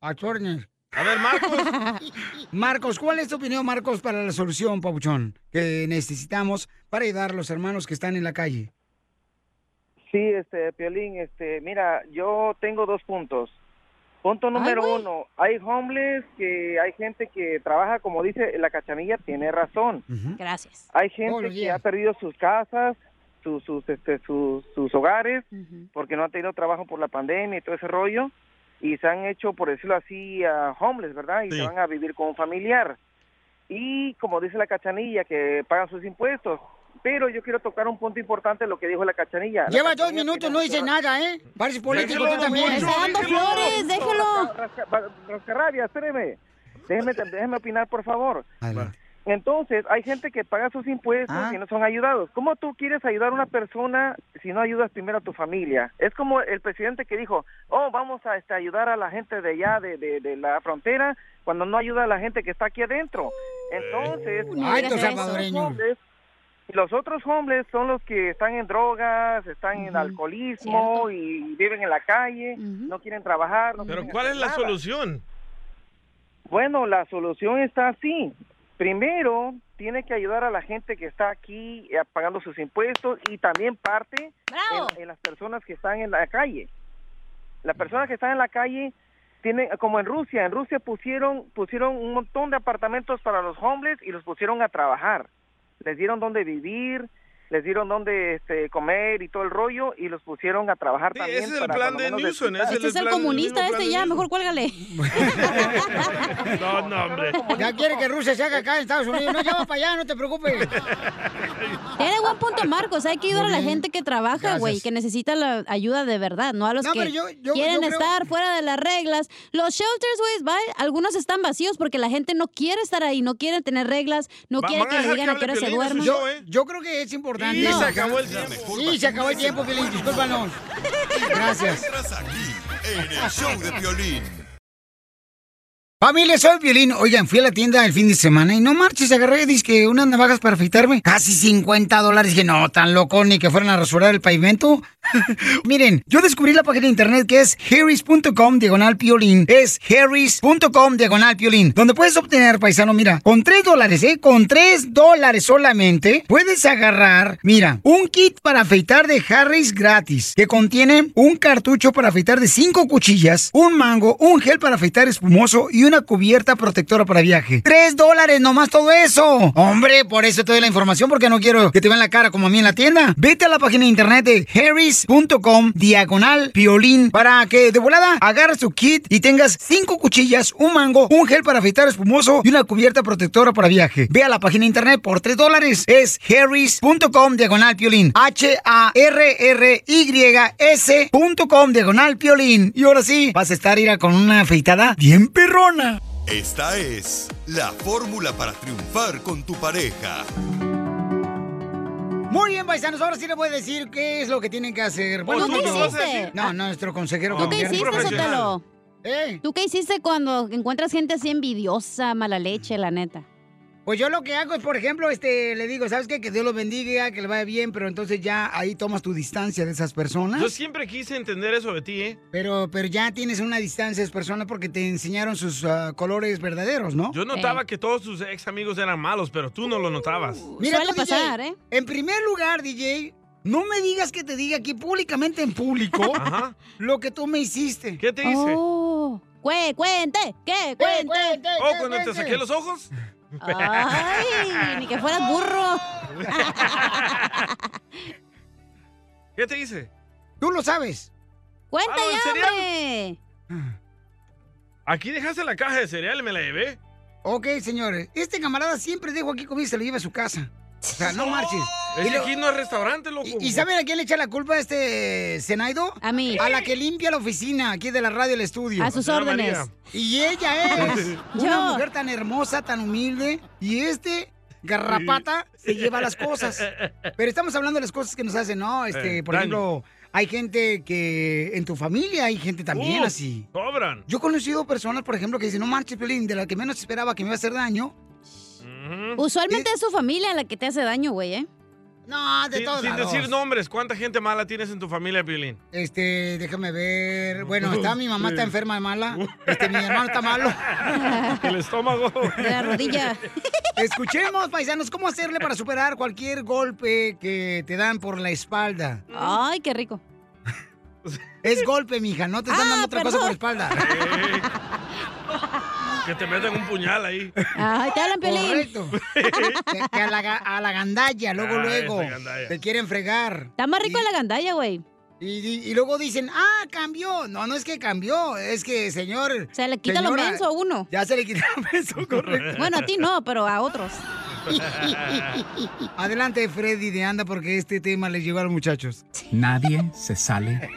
Speaker 2: A Turner.
Speaker 8: A ver, Marcos.
Speaker 2: Marcos, ¿cuál es tu opinión, Marcos, para la solución, Pabuchón, que necesitamos para ayudar a los hermanos que están en la calle?
Speaker 21: Sí, este, Piolín, este, mira, yo tengo dos puntos. Punto número uno, hay homeless que hay gente que trabaja, como dice la cachanilla, tiene razón.
Speaker 4: Gracias.
Speaker 21: Hay
Speaker 4: Todos
Speaker 21: gente
Speaker 4: los
Speaker 21: que
Speaker 4: días.
Speaker 21: ha perdido sus casas, sus, sus, este, sus, sus hogares, porque no han tenido trabajo por la pandemia y todo ese rollo, y se han hecho, por decirlo así, ah, homeless, ¿verdad? Y
Speaker 22: Sí.
Speaker 21: se van a vivir con un familiar. Y como dice la cachanilla, que pagan sus impuestos. Pero yo quiero tocar un punto importante de lo que dijo la cachanilla. La
Speaker 2: Lleva dos
Speaker 21: Cachanilla
Speaker 2: minutos,
Speaker 21: tiene
Speaker 2: no dice
Speaker 21: razón.
Speaker 2: nada, ¿eh? Parece político tú
Speaker 21: Déjelo,
Speaker 2: también.
Speaker 21: Poncho,
Speaker 4: Está dando déjelo. flores, déjelo.
Speaker 21: Rasca- rasca- Rascarrabia, espéreme. Déjeme, déjeme opinar, por favor. Entonces, hay gente que paga sus impuestos
Speaker 4: Ah.
Speaker 21: y no son ayudados. ¿Cómo tú quieres ayudar a una persona si no ayudas primero a tu familia? Es como el presidente que dijo, oh, vamos a este, ayudar a la gente de allá, de, de- de la frontera, cuando no ayuda a la gente que está aquí adentro. Entonces,
Speaker 2: no Ay, digas tus eso. salvadoreños.
Speaker 21: hombres- los otros hombres son los que están en drogas, están en alcoholismo y viven en la calle, no quieren trabajar. no
Speaker 8: Pero
Speaker 21: quieren
Speaker 8: ¿cuál es
Speaker 21: hacer
Speaker 8: la
Speaker 21: nada.
Speaker 8: solución?
Speaker 21: Bueno, la solución está así. Primero, tiene que ayudar a la gente que está aquí eh, pagando sus impuestos y también parte en, en las personas que están en la calle. Las personas que están en la calle tienen, como en Rusia, en Rusia pusieron, pusieron un montón de apartamentos para los hombres y los pusieron a trabajar. Les dieron dónde vivir, les dieron dónde este, comer y todo el rollo y los pusieron a trabajar también.
Speaker 8: ese es el
Speaker 21: para
Speaker 8: plan
Speaker 21: cuando
Speaker 8: de
Speaker 21: menos
Speaker 8: Newsom,
Speaker 21: necesitan.
Speaker 8: ese
Speaker 4: Este es el comunista este ya, mejor cuélgale.
Speaker 8: No, no, hombre.
Speaker 2: Ya quiere que Rusia se haga acá en Estados Unidos. No, ya va para allá, no te preocupes.
Speaker 4: Tiene buen punto, Marcos. Hay que ayudar a la gente que trabaja, güey,
Speaker 2: gracias.
Speaker 4: que necesita la ayuda de verdad, no a los
Speaker 2: No,
Speaker 4: que
Speaker 2: pero yo- yo-
Speaker 4: quieren
Speaker 2: yo creo-
Speaker 4: estar fuera de las reglas. Los shelters, güey, va- algunos están vacíos porque la gente no quiere estar ahí, no quiere tener reglas, no quiere que le digan a qué hora se duerman.
Speaker 2: Yo, yo creo que es importante.
Speaker 4: Y eh? se
Speaker 2: No.
Speaker 4: acabó
Speaker 10: el tiempo.
Speaker 2: Sí, se acabó el tiempo, Piolín. Discúlpanos. Gracias.
Speaker 10: En el show de Piolín.
Speaker 2: Familia, soy Violín. Oigan, fui a la tienda el fin de semana y no marches, agarré, dice que unas navajas para afeitarme. Casi 50 dólares. Dije, no, tan loco, ni que fueran a rasurar el pavimento. Miren, yo descubrí la página de internet que es harris.com diagonal piolín. Es harris.com diagonal piolín. Donde puedes obtener, paisano, mira, con 3 dólares, ¿eh? Con 3 dólares solamente, puedes agarrar, mira, un kit para afeitar de Harris gratis, que contiene un cartucho para afeitar de 5 cuchillas, un mango, un gel para afeitar espumoso y una cubierta protectora para viaje. 3 dólares nomás todo eso. Hombre, por eso te doy la información porque no quiero que te vean la cara como a mí en la tienda. Vete a la página de internet de harris.com diagonal piolín para que de volada agarres tu kit y tengas 5 cuchillas, un mango, un gel para afeitar espumoso y una cubierta protectora para viaje. Ve a la página de internet por 3 dólares. Es harris.com diagonal piolín. H-A-R-R-Y-S.com diagonal piolín. Y ahora sí, vas a estar ira con una afeitada bien perrona.
Speaker 10: Esta es la fórmula para triunfar con tu pareja.
Speaker 2: Muy bien, paisanos, ahora sí les voy a decir qué es lo que tienen que hacer.
Speaker 4: ¿Tú qué
Speaker 2: no,
Speaker 4: hiciste?
Speaker 2: No, no, nuestro consejero.
Speaker 4: ¿Tú qué
Speaker 2: familiar.
Speaker 4: hiciste, Sotelo?
Speaker 2: ¿Eh?
Speaker 4: ¿Tú qué hiciste cuando encuentras gente así envidiosa, mala leche, la neta?
Speaker 2: Pues yo lo que hago es, por ejemplo, este, le digo, ¿sabes qué? Que Dios lo bendiga, que le vaya bien, pero entonces ya ahí tomas tu distancia de esas personas.
Speaker 8: Yo siempre quise entender eso de ti, ¿eh?
Speaker 2: Pero, pero ya tienes una distancia de esas personas porque te enseñaron sus ah, colores verdaderos, ¿no? Eh,
Speaker 8: Yo notaba que todos tus ex amigos eran malos, pero tú no lo notabas.
Speaker 2: Mira, tú, DJ,
Speaker 4: ¿eh?
Speaker 2: En primer lugar, DJ, no me digas que te diga aquí públicamente en público lo que tú me hiciste.
Speaker 8: ¿Qué te hice?
Speaker 4: Oh. Cue- cuente, que
Speaker 2: Eh,
Speaker 4: cuente.
Speaker 8: Oh, cuando te saqué los ojos.
Speaker 4: Ay, ni que fueras burro.
Speaker 8: ¿Qué te hice?
Speaker 2: Tú lo sabes.
Speaker 4: Cuenta
Speaker 8: ¿Algo en
Speaker 4: ya,
Speaker 8: serio?
Speaker 4: hombre.
Speaker 8: Aquí dejaste la caja de cereal y me la llevé.
Speaker 2: Ok, señores. Este camarada siempre dejo aquí comida y se lo lleva a su casa. O sea, no marches.
Speaker 8: Es
Speaker 2: Y
Speaker 8: que
Speaker 2: lo-
Speaker 8: aquí no es restaurante, loco.
Speaker 2: ¿Y, y saben a quién le echa la culpa a este Zenaido? A mí. A la que limpia la oficina aquí de la radio, el estudio.
Speaker 4: A sus Señora órdenes. María.
Speaker 2: Y ella es una
Speaker 4: Yo.
Speaker 2: mujer tan hermosa, tan humilde. Y este garrapata se lleva las cosas. Pero estamos hablando de las cosas que nos hacen, ¿no? Este,
Speaker 8: Eh,
Speaker 2: por
Speaker 8: daño.
Speaker 2: ejemplo, hay gente que en tu familia hay gente también
Speaker 8: Uh,
Speaker 2: así.
Speaker 8: Cobran.
Speaker 2: Yo he conocido personas, por ejemplo, que dicen, no marches, Pelín, de la que menos esperaba que me iba a hacer daño.
Speaker 4: Usualmente es su familia la que te hace daño, güey, ¿eh?
Speaker 2: No,
Speaker 8: Sin, sin decir nombres, ¿cuánta gente mala tienes en tu familia, Piolín?
Speaker 2: Este, déjame ver. Bueno, está mi mamá está enferma de mala. Este, mi hermano está malo.
Speaker 8: El estómago.
Speaker 2: De Escuchemos, paisanos, cómo hacerle para superar cualquier golpe que te dan por la espalda.
Speaker 4: Ay, qué rico.
Speaker 2: Es golpe, mija, no te están
Speaker 4: Ah,
Speaker 2: dando otra cosa por la
Speaker 4: perdón.
Speaker 2: espalda.
Speaker 8: Que te meten un puñal ahí.
Speaker 4: Ay, te hablan, Piolín.
Speaker 2: Correcto. Que- que a, la, ga- a la gandalla, luego,
Speaker 8: Ah,
Speaker 2: luego.
Speaker 8: esa gandalla.
Speaker 2: Te quieren fregar.
Speaker 4: Está más rico la gandalla, güey.
Speaker 2: Y, y- y luego dicen, ah, cambió. No, no es que cambió, es que, señor.
Speaker 4: Se le quita lo menso a uno.
Speaker 2: Ya se le quita lo menso, correcto.
Speaker 4: Bueno, a ti no, pero a otros.
Speaker 2: Adelante, Freddy de Anda, porque este tema les llegó a los muchachos.
Speaker 23: Nadie se sale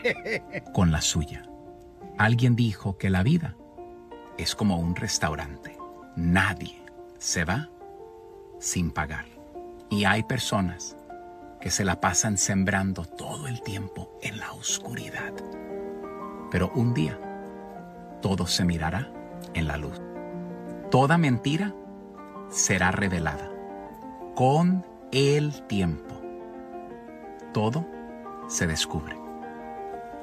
Speaker 23: con la suya. Alguien dijo que la vida es como un restaurante. Nadie se va sin pagar. Y hay personas que se la pasan sembrando todo el tiempo en la oscuridad. Pero un día todo se mirará en la luz. Toda mentira será revelada. Con el tiempo. Todo se descubre.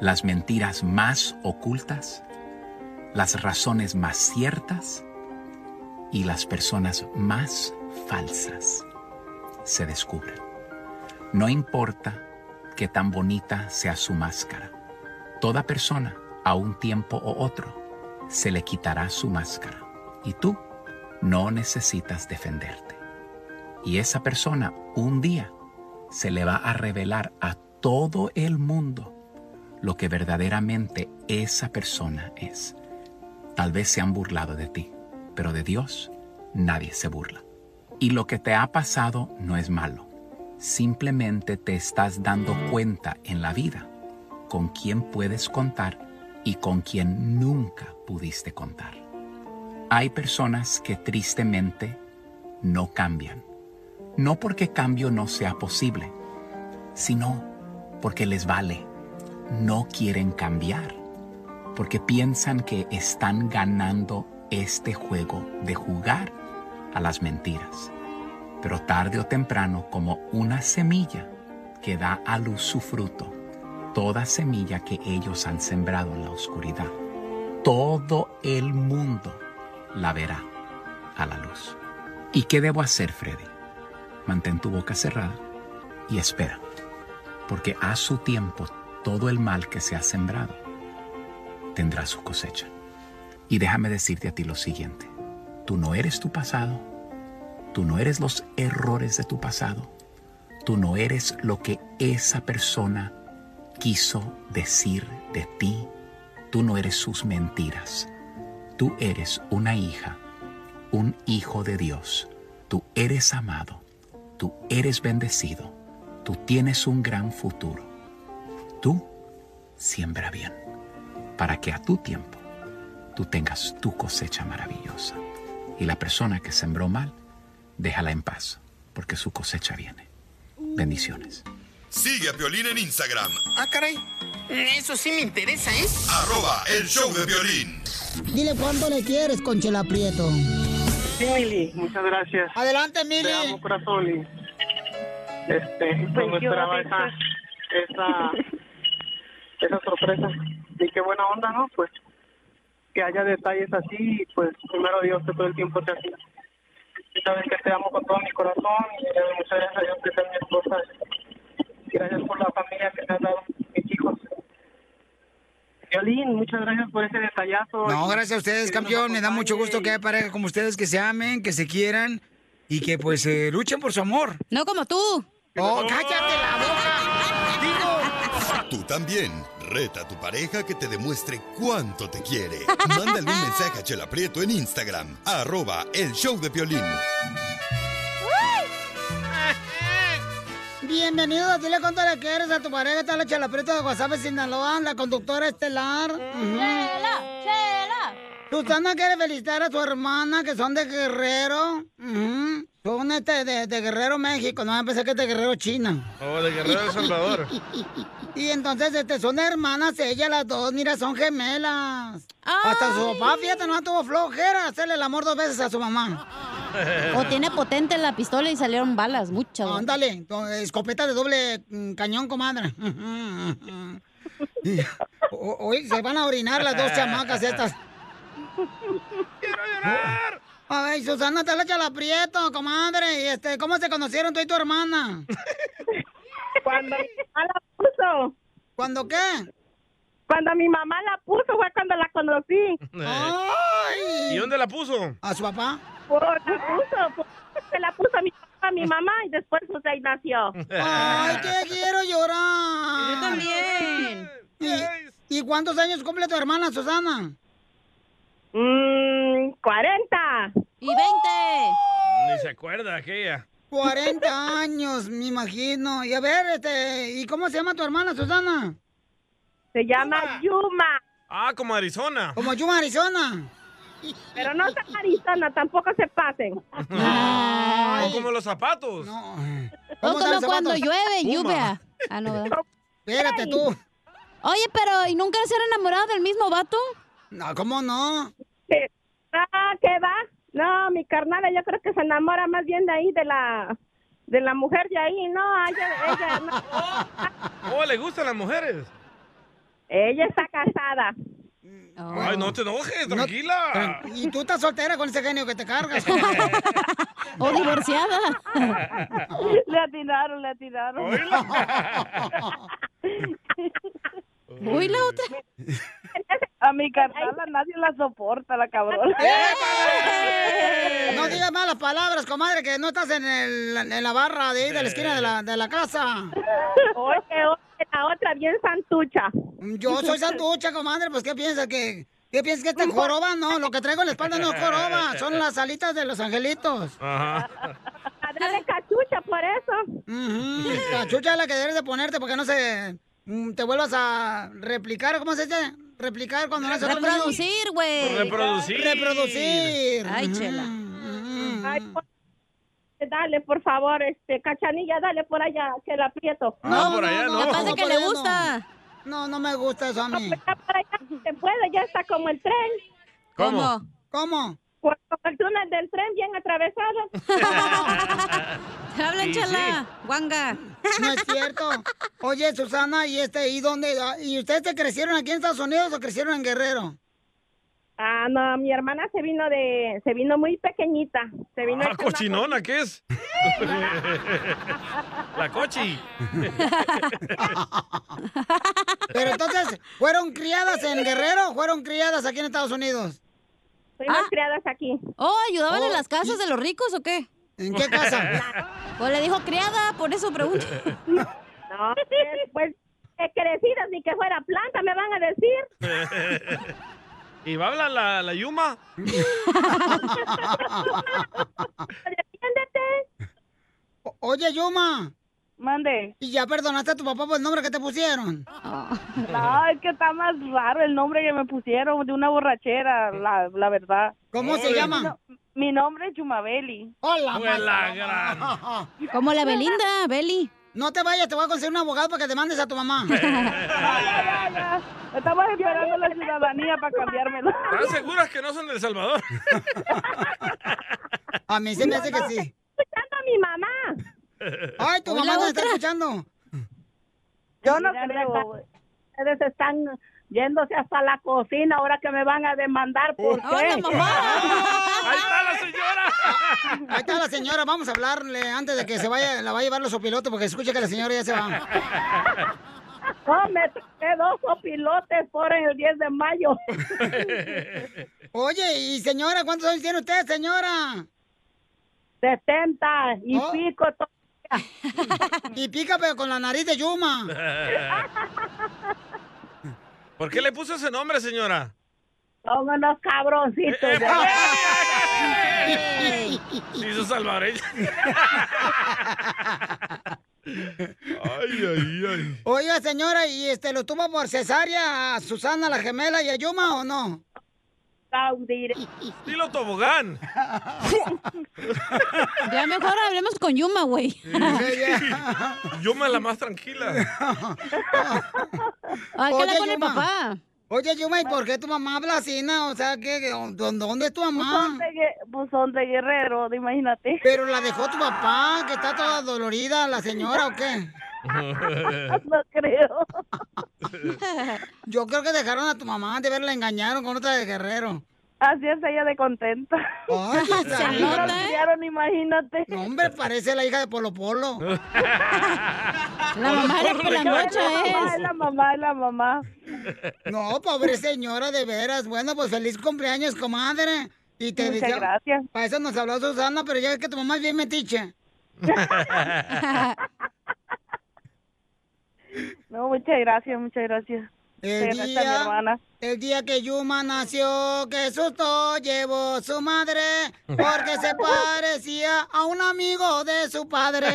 Speaker 23: Las mentiras más ocultas, las razones más ciertas y las personas más falsas se descubren. No importa qué tan bonita sea su máscara, toda persona a un tiempo o otro se le quitará su máscara y tú no necesitas defenderte. Y esa persona un día se le va a revelar a todo el mundo lo que verdaderamente esa persona es. Tal vez se han burlado de ti, pero de Dios nadie se burla. Y lo que te ha pasado no es malo. Simplemente te estás dando cuenta en la vida con quién puedes contar y con quién nunca pudiste contar. Hay personas que tristemente no cambian no porque cambio no sea posible, sino porque les vale. No quieren cambiar, porque piensan que están ganando este juego de jugar a las mentiras. Pero tarde o temprano, como una semilla que da a luz su fruto, toda semilla que ellos han sembrado en la oscuridad, todo el mundo la verá a la luz. ¿Y qué debo hacer, Freddy? mantén tu boca cerrada y espera, porque a su tiempo todo el mal que se ha sembrado tendrá su cosecha. Y déjame decirte a ti lo siguiente, tú no eres tu pasado, tú no eres los errores de tu pasado, tú no eres lo que esa persona quiso decir de ti, tú no eres sus mentiras, tú eres una hija, un hijo de Dios, tú eres amado tú eres bendecido, tú tienes un gran futuro. Tú siembra bien para que a tu tiempo tú tengas tu cosecha maravillosa. Y la persona que sembró mal, déjala en paz, porque su cosecha viene. Bendiciones.
Speaker 10: Sigue a Piolín en Instagram,
Speaker 22: Ah, caray. Eso sí me interesa, ¿eh?
Speaker 10: arroba el show de Piolín.
Speaker 2: Dile cuánto le quieres, Conchela Prieto.
Speaker 21: Sí, Mili, muchas gracias.
Speaker 2: Adelante, Mili.
Speaker 21: Te amo, corazón. y, Este, Pues no yo, esperaba ahorita. esa, esa, esa sorpresa. Y qué buena onda, ¿no? Pues que haya detalles así, pues primero Dios que todo el tiempo te hacía. Y sabes que te amo con todo mi corazón y te doy muchas gracias a Dios que seas mi esposa. Gracias por la familia que te has dado, mis hijos. Violín, muchas gracias por ese detallazo.
Speaker 2: No,
Speaker 21: Y-
Speaker 2: gracias a ustedes,
Speaker 21: que Dios nos
Speaker 2: campeón. Me da mucho gusto que haya pareja como ustedes que se amen, que se quieran y que pues eh, luchen por su amor.
Speaker 4: No como tú.
Speaker 2: Oh, cállate la boca. Digo.
Speaker 10: Tú también. Reta a tu pareja que te demuestre cuánto te quiere. Mándale un mensaje a Chela Prieto en Instagram. Arroba el show de Piolín.
Speaker 2: Bienvenido, dile cuánto le quieres a tu pareja, está la chalapreta de WhatsApp Sinaloa, la conductora estelar. Mm. Chela, chela. Susana quiere felicitar a su hermana, que son de Guerrero. Ujú. Son este, de, de Guerrero, México, no pensé que es de Guerrero, China.
Speaker 8: Oh, de Guerrero de El Salvador.
Speaker 2: Y entonces, este, son hermanas ellas las dos, mira, son gemelas. Hasta su papá, fíjate, no tuvo flojera hacerle el amor dos veces a su mamá.
Speaker 4: O tiene potente la pistola y salieron balas, muchas.
Speaker 2: Ándale, to- escopeta de doble mm, cañón, comadre. O- Hoy se van a orinar las dos chamacas estas. Ay, Susana, está la chalaprieto, comadre. Y este, ¿cómo se conocieron tú y tu hermana?
Speaker 24: Cuando mi mamá la puso.
Speaker 2: ¿Cuándo qué?
Speaker 24: Cuando mi mamá la puso fue cuando la conocí.
Speaker 8: ¿Y dónde la puso?
Speaker 2: ¿A su papá?
Speaker 24: Por, la puso, por- se la puso a mi papá, a mi mamá y después pues ahí nació.
Speaker 2: Ay, que quiero llorar. Yo también. ¿Y, y cuántos años cumple tu hermana, Susana?
Speaker 24: Mmm, 40.
Speaker 4: Y 20.
Speaker 8: Ni se acuerda aquella.
Speaker 2: 40 años, me imagino. Y a ver, este, ¿y cómo se llama tu hermana, Susana?
Speaker 24: Se llama Yuma.
Speaker 8: Ah, como Arizona.
Speaker 2: Como Yuma, Arizona.
Speaker 24: Pero no se Arizona, tampoco se pasen.
Speaker 8: O como los zapatos.
Speaker 4: No como cuando llueve, lluvia. Ah, no, ¿verdad?
Speaker 2: Espérate tú.
Speaker 4: Oye, pero ¿y nunca se han enamorado del mismo vato?
Speaker 2: No, ¿cómo no?
Speaker 24: Ah, ¿qué va? No, mi carnal, yo creo que se enamora más bien de ahí, de la de la mujer de ahí, no, a ella, ella, no.
Speaker 8: Oh, le gustan las mujeres.
Speaker 24: ella está casada.
Speaker 2: Mm,
Speaker 8: Ay, no te enojes, tranquila.
Speaker 2: Y tú estás soltera con ese genio que te cargas.
Speaker 4: o divorciada.
Speaker 24: Le atinaron, le atinaron.
Speaker 4: Uy, la otra.
Speaker 24: A mi carnala nadie la soporta, la cabrona.
Speaker 2: ¡Eh,
Speaker 24: ¡Eh!
Speaker 2: No digas malas palabras, comadre, que no estás en, el- en la barra de ahí de la esquina de la, de la casa.
Speaker 24: Oye, oye, la otra bien santucha.
Speaker 2: Mm, Yo soy sanducha, comadre, pues ¿qué piensas? ¿Que, ¿Qué piensas que esta es joroba? No, lo que traigo en la espalda no es joroba, son las alitas de los angelitos.
Speaker 8: Ajá.
Speaker 24: A darle cachucha por eso.
Speaker 2: La chucha es la que debes de ponerte porque no se... mm, Te vuelvas a replicar, ¿cómo se dice? Replicar cuando no se
Speaker 4: Reproducir, güey. Reproducir.
Speaker 2: Reproducir.
Speaker 4: Ay, chela.
Speaker 24: Ay, por- Dale, por favor, este, cachanilla, dale por allá, que la aprieto.
Speaker 4: Ah, No, por allá no, no, no. capaz de que le
Speaker 24: por allá
Speaker 4: gusta.
Speaker 2: No, no me gusta eso a mí.
Speaker 24: No, pues ya por allá se puede, ya está como el tren.
Speaker 8: ¿Cómo?
Speaker 2: ¿Cómo?
Speaker 24: Por por el túnel del tren bien atravesado.
Speaker 4: Habla,
Speaker 24: Sí,
Speaker 4: chala. Guanga.
Speaker 2: No es cierto. Oye, Susana, ¿y este y dónde? ¿Y ustedes te crecieron aquí en Estados Unidos o crecieron en Guerrero?
Speaker 24: Ah, no, mi hermana se vino de, eh, se vino muy pequeñita. Se vino
Speaker 8: Ah,
Speaker 24: hecha una
Speaker 8: cochinona, ¿qué es? La cochi.
Speaker 2: Pero entonces, ¿fueron criadas en Guerrero o fueron criadas aquí en Estados Unidos?
Speaker 24: Fuimos criadas aquí.
Speaker 4: Oh, ¿ayudaban en las casas
Speaker 2: y-
Speaker 4: de los ricos o qué?
Speaker 2: ¿En qué casa?
Speaker 4: Pues le dijo criada, por eso pregunto.
Speaker 24: No, pues que crecidas ni que fuera planta, me van a decir.
Speaker 8: ¿Y va a hablar la, la Yuma?
Speaker 2: O- Oye, Yuma.
Speaker 24: Mande.
Speaker 2: ¿Y ya perdonaste a tu papá por el nombre que te pusieron?
Speaker 24: No, es que está más raro el nombre que me pusieron de una borrachera, la, la verdad. Eh,
Speaker 2: ¿Cómo se llama?
Speaker 24: Mi, no- mi nombre es Yumabeli.
Speaker 2: Hola.
Speaker 8: Fue la gran.
Speaker 4: Como la Belinda, Beli.
Speaker 2: No te vayas, te voy a conseguir un abogado para que te mandes a tu mamá.
Speaker 24: Estamos esperando la ciudadanía para cambiármelo.
Speaker 8: ¿Están seguras que no son del Salvador?
Speaker 2: A mí se me hace que sí.
Speaker 24: Escuchando a mi mamá.
Speaker 2: Ay, tu
Speaker 24: Hoy
Speaker 2: mamá
Speaker 24: la
Speaker 2: nos está
Speaker 24: otra.
Speaker 2: escuchando.
Speaker 24: Yo no creo. Ustedes están yéndose hasta la cocina ahora que me van a demandar por qué.
Speaker 2: ¡Hola, mamá!
Speaker 8: ¡Ahí está la señora!
Speaker 2: Ahí está la señora, vamos a hablarle antes de que se vaya, la vaya a llevar los opilotes porque escucha que la señora ya se va.
Speaker 24: No, me traje dos opilotes por el 10 de mayo.
Speaker 2: Oye, y señora, ¿cuántos años tiene usted, señora? Oh.
Speaker 24: 70 y pico
Speaker 2: Y pica pero con la nariz de Yuma.
Speaker 8: ¿Por qué le puso ese nombre, señora?
Speaker 24: Son unos cabroncitos.
Speaker 8: Se hizo salvadoreña. Ay, ay, ay.
Speaker 2: Oiga, señora, ¿y este lo tuvo por cesárea a Susana, la gemela y a Yuma o no?
Speaker 8: Dilo tobogán.
Speaker 4: Ya mejor hablemos con Yuma, güey.
Speaker 8: Yo me la más tranquila.
Speaker 4: Ay, ¿qué le pone el
Speaker 2: Yuma.
Speaker 4: papá?
Speaker 2: Oye, Yuma, ¿y por qué tu mamá habla así, no? O sea, ¿qué, qué- dónde, dónde es tu
Speaker 24: Pues
Speaker 2: mamá?
Speaker 24: Buzón de guerrero, de- imagínate.
Speaker 2: Pero la dejó tu papá, que está toda dolorida la señora, ¿o qué?
Speaker 24: No creo.
Speaker 2: Yo creo que dejaron a tu mamá, de verla engañaron con otra de guerrero.
Speaker 24: Así es ella de contenta.
Speaker 2: Ay,
Speaker 24: Se nota, ¿eh? imagínate.
Speaker 2: No, hombre, parece la hija de Polo Polo.
Speaker 24: La ¿eh? mamá de Pelangocha es. Es la mamá, es la mamá.
Speaker 2: No, pobre señora, de veras. Bueno, pues feliz cumpleaños, comadre. Y te
Speaker 24: Muchas gracias.
Speaker 2: Para eso nos habló Susana, pero ya es que tu mamá es bien metiche.
Speaker 24: No, muchas gracias, muchas gracias.
Speaker 2: El
Speaker 24: Muchas gracias a mi
Speaker 2: día-
Speaker 24: hermana.
Speaker 2: El día que Yuma nació, qué susto llevó su madre, porque se parecía a un amigo de su padre.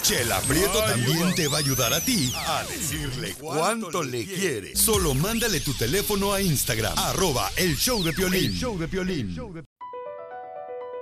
Speaker 10: Chela Prieto también te va a ayudar a ti a decirle cuánto le quiere. Solo mándale tu teléfono a Instagram, arroba el show de Piolín.
Speaker 1: El
Speaker 10: show de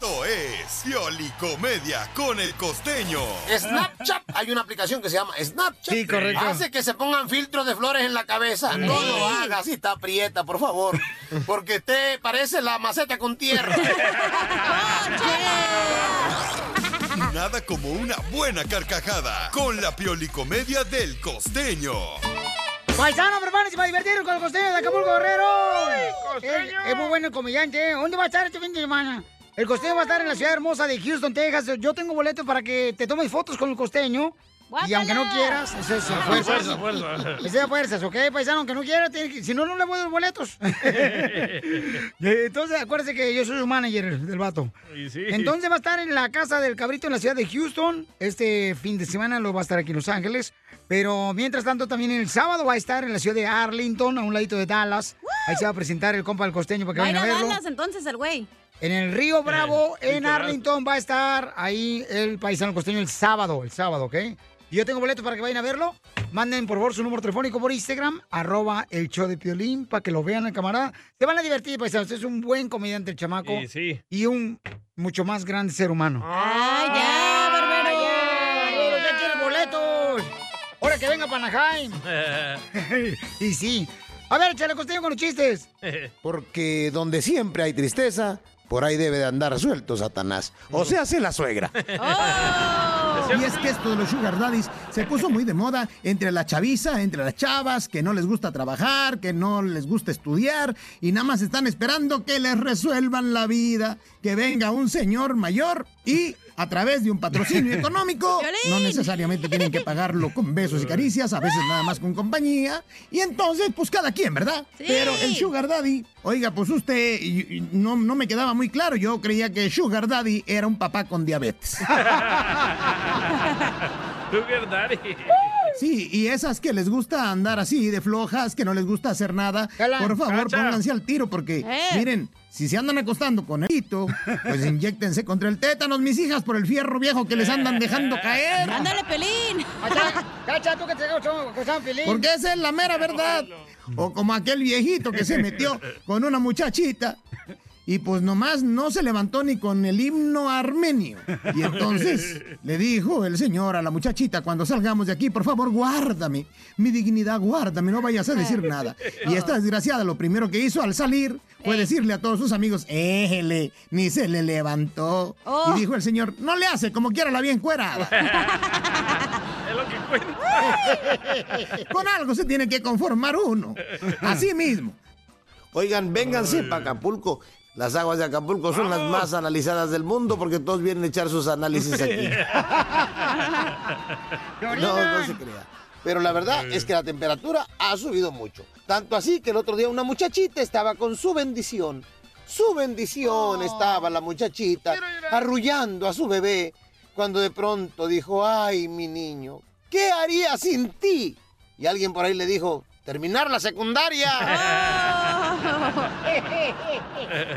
Speaker 10: Esto es Pioli Comedia con el costeño.
Speaker 14: Snapchat, hay una aplicación que se llama Snapchat.
Speaker 10: Sí, correcto.
Speaker 14: Hace que se pongan filtros de flores en la cabeza.
Speaker 10: Sí.
Speaker 14: No lo hagas si está aprieta, por favor. Porque te parece la maceta con tierra.
Speaker 10: Nada como una buena carcajada con la Pioli Comedia del costeño.
Speaker 2: Paisano, prepárense para divertirnos con el costeño de Acapulco Guerrero. Es, es muy bueno el comediante. ¿eh? ¿Dónde va a estar este fin de semana? El costeño va a estar en la ciudad hermosa de Houston, Texas. Yo tengo boleto para que te tomes fotos con el costeño. Y aunque no quieras, es eso,
Speaker 8: Fuerza,
Speaker 2: fuerzas.
Speaker 8: fuerza.
Speaker 2: Es de fuerzas, ¿ok? Paisano, aunque no quiera, tiene que- si no, no le voy a dar boletos. Entonces, acuérdese que yo soy su manager del vato.
Speaker 8: Y sí.
Speaker 2: Entonces va a estar en la casa del cabrito en la ciudad de Houston. Este fin de semana lo va a estar aquí en Los Ángeles. Pero mientras tanto, también el sábado va a estar en la ciudad de Arlington, a un ladito de Dallas. Ahí se va a presentar el compa del costeño para que
Speaker 4: Va a ir
Speaker 2: vayan
Speaker 4: a
Speaker 2: a verlo.
Speaker 4: Dallas entonces el güey.
Speaker 2: En el Río Bravo,
Speaker 4: Eh,
Speaker 2: en
Speaker 4: literal.
Speaker 2: Arlington, va a estar ahí el paisano costeño el sábado, el sábado, ¿ok? Y yo tengo boletos para que vayan a verlo. Manden, por favor, su número telefónico por Instagram, arroba el show de Piolín, para que lo vean el camarada. Se van a divertir, paisano. Usted es un buen comediante, el chamaco.
Speaker 8: Y sí.
Speaker 2: Y un mucho más grande ser humano.
Speaker 4: ¡Ay, ya, barbero!
Speaker 2: ¡Barbero, ya quiere boletos! ¡Ahora que venga para Anaheim! y sí. A ver, échale costeño con los chistes.
Speaker 14: Porque donde siempre hay tristeza, por ahí debe de andar suelto Satanás. O sea, hace la suegra.
Speaker 9: Y es que esto de los sugar daddies se puso muy de moda entre la chaviza, entre las chavas, que no les gusta trabajar, que no les gusta estudiar y nada más están esperando que les resuelvan la vida, que venga un señor mayor y a través de un patrocinio económico, no necesariamente tienen que pagarlo con besos y caricias, a veces nada más con compañía y entonces pues cada quien, ¿verdad?
Speaker 11: Sí.
Speaker 9: Pero el sugar daddy, oiga, pues usted y- y no, no me quedaba muy claro, yo creía que sugar daddy era un papá con diabetes.
Speaker 8: Sugar Daddy.
Speaker 9: Sí, y esas que les gusta andar así de flojas, que no les gusta hacer nada, por favor,
Speaker 8: Cacha.
Speaker 9: pónganse al tiro porque
Speaker 8: Eh.
Speaker 9: miren, si se andan acostando con el hito, pues inyéctense contra el tétanos, mis hijas, por el fierro viejo que les andan dejando caer.
Speaker 4: ¡Ándale, Pelín!
Speaker 2: ¡Cacha, tú que te acostaban, Pelín!
Speaker 9: Porque esa es la mera verdad. O como aquel viejito que se metió con una muchachita y pues nomás no se levantó ni con el himno armenio. Y entonces le dijo el señor a la muchachita, cuando salgamos de aquí, por favor, guárdame, mi dignidad, guárdame, no vayas a decir nada. Y esta desgraciada lo primero que hizo al salir fue decirle a todos sus amigos, éjele, ni se le levantó.
Speaker 11: Oh.
Speaker 9: Y dijo el señor, no le hace, como quiera la bien cuerada.
Speaker 11: Es lo que
Speaker 9: Con algo se tiene que conformar uno. Así mismo.
Speaker 14: Oigan, vénganse para Acapulco. Las aguas de Acapulco son las más analizadas del mundo porque todos vienen a echar sus análisis aquí. No, no se crea. Pero la verdad es que la temperatura ha subido mucho. Tanto así que el otro día una muchachita estaba con su bendición. Su bendición estaba la muchachita arrullando a su bebé cuando de pronto dijo, ay mi niño, ¿qué haría sin ti? Y alguien por ahí le dijo, terminar la secundaria.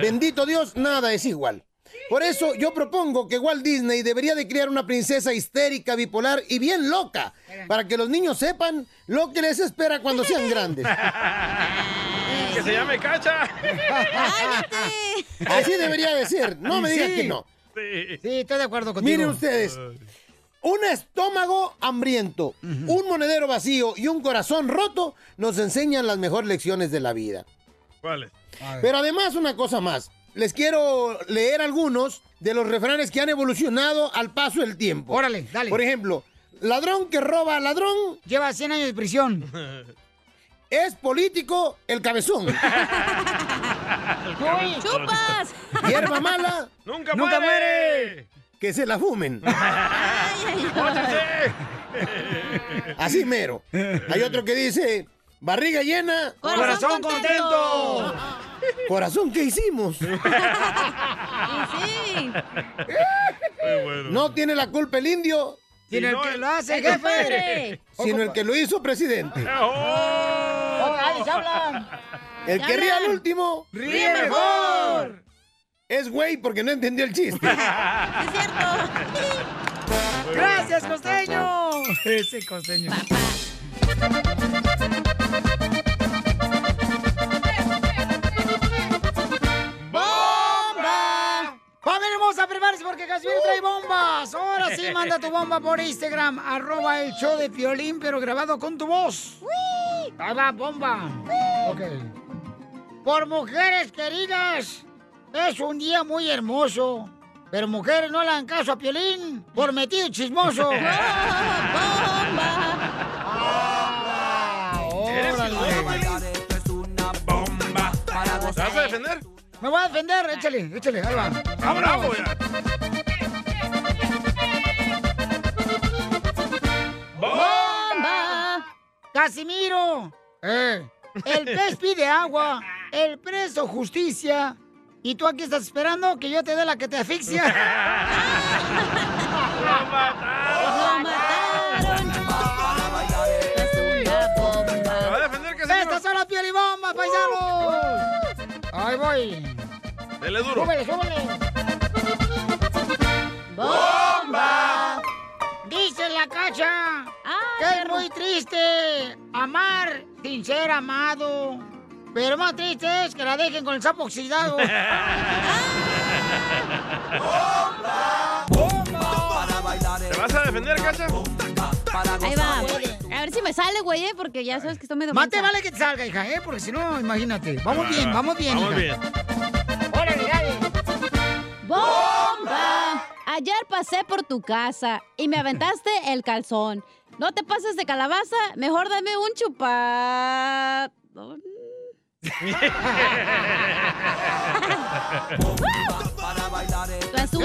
Speaker 14: Bendito Dios, nada es igual. Por eso yo propongo que Walt Disney debería de crear una princesa histérica, bipolar y bien loca, para que los niños sepan lo que les espera cuando sean grandes.
Speaker 8: Que se llame Cacha.
Speaker 14: Así debería de ser, no me
Speaker 8: Y
Speaker 14: digan
Speaker 8: sí.
Speaker 14: que no.
Speaker 8: Sí,
Speaker 2: estoy de acuerdo
Speaker 14: contigo. Miren ustedes, un estómago hambriento, un monedero vacío y un corazón roto nos enseñan las mejores lecciones de la vida.
Speaker 8: ¿Cuál es?
Speaker 14: Pero además una cosa más. Les quiero leer algunos de los refranes que han evolucionado al paso del tiempo.
Speaker 2: Órale, dale.
Speaker 14: Por ejemplo, ladrón que roba a ladrón.
Speaker 2: Lleva 100 años de prisión.
Speaker 14: Es político el cabezón.
Speaker 4: ¡Chupas!
Speaker 14: Hierba mala.
Speaker 8: Nunca,
Speaker 14: muere. Que se la fumen. Así mero. Hay otro que dice, barriga llena.
Speaker 2: Corazón Corazón contento. contento.
Speaker 14: Corazón, ¿qué hicimos? No tiene la culpa el indio.
Speaker 2: Sino el que lo hace, jefe.
Speaker 14: Sino el que lo hizo presidente.
Speaker 2: ¡Oh, ahí se hablan!
Speaker 14: El que ríe al último.
Speaker 2: ¡Ríe mejor!
Speaker 14: Es güey porque no entendió el chiste.
Speaker 4: ¡Es cierto!
Speaker 2: ¡Gracias, costeño! Ese costeño. ¡Bomba! ¡Familia hermosa, prepárense porque Casimiro trae bombas! Ahora sí, manda tu bomba por Instagram, arroba el show de Piolín, pero grabado con tu voz. ¡Ahí va, bomba! Ok. Por mujeres queridas, es un día muy hermoso. Pero mujeres no le dan caso a Piolín por metido y chismoso. ¡Bomba!
Speaker 8: ¿Eres
Speaker 2: ¡Órale!
Speaker 8: ¿Te vas a defender?
Speaker 2: Me voy a defender, échale, échale, ahí va.
Speaker 8: ¡Vámonos!
Speaker 2: ¡Bomba! ¡Casimiro! Eh, El pez pide agua, el preso justicia, y tú aquí estás esperando que yo te dé la que te asfixia. ¡Estas son las piel y bombas, paisanos! ¡Ahí voy!
Speaker 8: Dele duro.
Speaker 2: ¡Súbele, súbele! ¡Bomba! Dice la cacha que es muy triste amar sin ser amado. Pero más triste es que la dejen con el sapo oxidado. Ah.
Speaker 8: ¿Te vas a defender, Cacha?
Speaker 4: Ahí va. A ver si me sale, güey, eh, porque ya sabes que estoy medio.
Speaker 2: Más te
Speaker 4: mensa.
Speaker 2: vale que te salga, hija, ¿eh? Porque si no, imagínate. Vamos
Speaker 4: Ah,
Speaker 2: bien, vamos bien.
Speaker 4: vamos
Speaker 2: hija.
Speaker 4: bien. ¡Bomba! Ayer pasé por tu casa y me aventaste el calzón. No te pases de calabaza, mejor dame un chupa.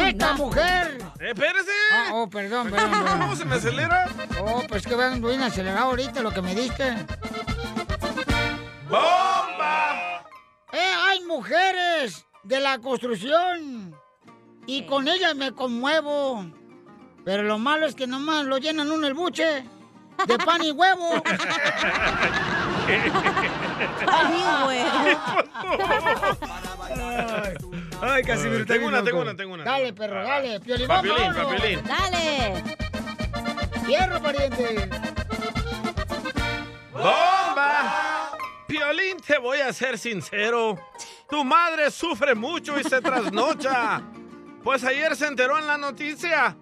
Speaker 2: ¡Esta mujer!
Speaker 8: Eh, ¡Espérese!
Speaker 2: Ah, oh, perdón, perdón.
Speaker 8: ¿Cómo se me acelera?
Speaker 2: Oh, pues que vean, bien acelerado ahorita lo que me diste.
Speaker 8: ¡Bomba!
Speaker 2: Eh, hay mujeres de la construcción y con ellas me conmuevo. Pero lo malo es que nomás lo llenan uno el buche de pan y huevo.
Speaker 12: Ay, Casimiro, está
Speaker 8: Tengo
Speaker 12: bien
Speaker 8: una, tengo
Speaker 12: loco.
Speaker 8: una, tengo una.
Speaker 2: Dale, perro, dale. Piolín,
Speaker 8: Papiolín,
Speaker 2: vámonos.
Speaker 8: papiolín.
Speaker 4: Dale.
Speaker 2: Fierro, pariente.
Speaker 8: ¡Bomba! Piolín, te voy a ser sincero. Tu madre sufre mucho y se trasnocha. Pues ayer se enteró en la noticia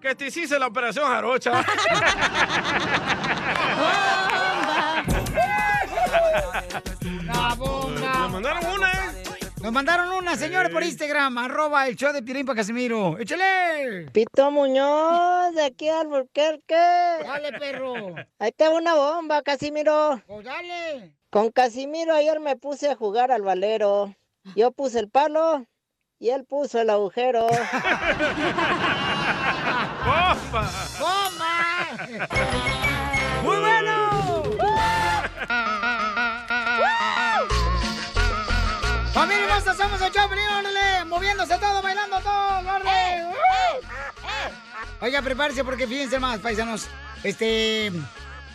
Speaker 8: que te hiciste la operación jarocha.
Speaker 2: La bomba.
Speaker 8: Nos mandaron una, ¿eh?
Speaker 2: Nos mandaron una, señor, por Instagram. Arroba el show de Piolín para Casimiro. ¡Échale!
Speaker 3: Pito Muñoz, de aquí al
Speaker 2: Dale,
Speaker 3: pues.
Speaker 2: perro.
Speaker 3: Ahí te va una bomba, Casimiro.
Speaker 2: Pues dale.
Speaker 3: Con Casimiro ayer me puse a jugar al valero. Yo puse el palo y él puso el agujero.
Speaker 8: ¡Bomba!
Speaker 2: ¡Bomba!
Speaker 8: ¡Muy bueno!
Speaker 2: ¡Familia hermosa, somos el show, de Piolín, órale! Moviéndose todo, bailando todo, órale. Oiga, prepárese porque fíjense más, paisanos. Este...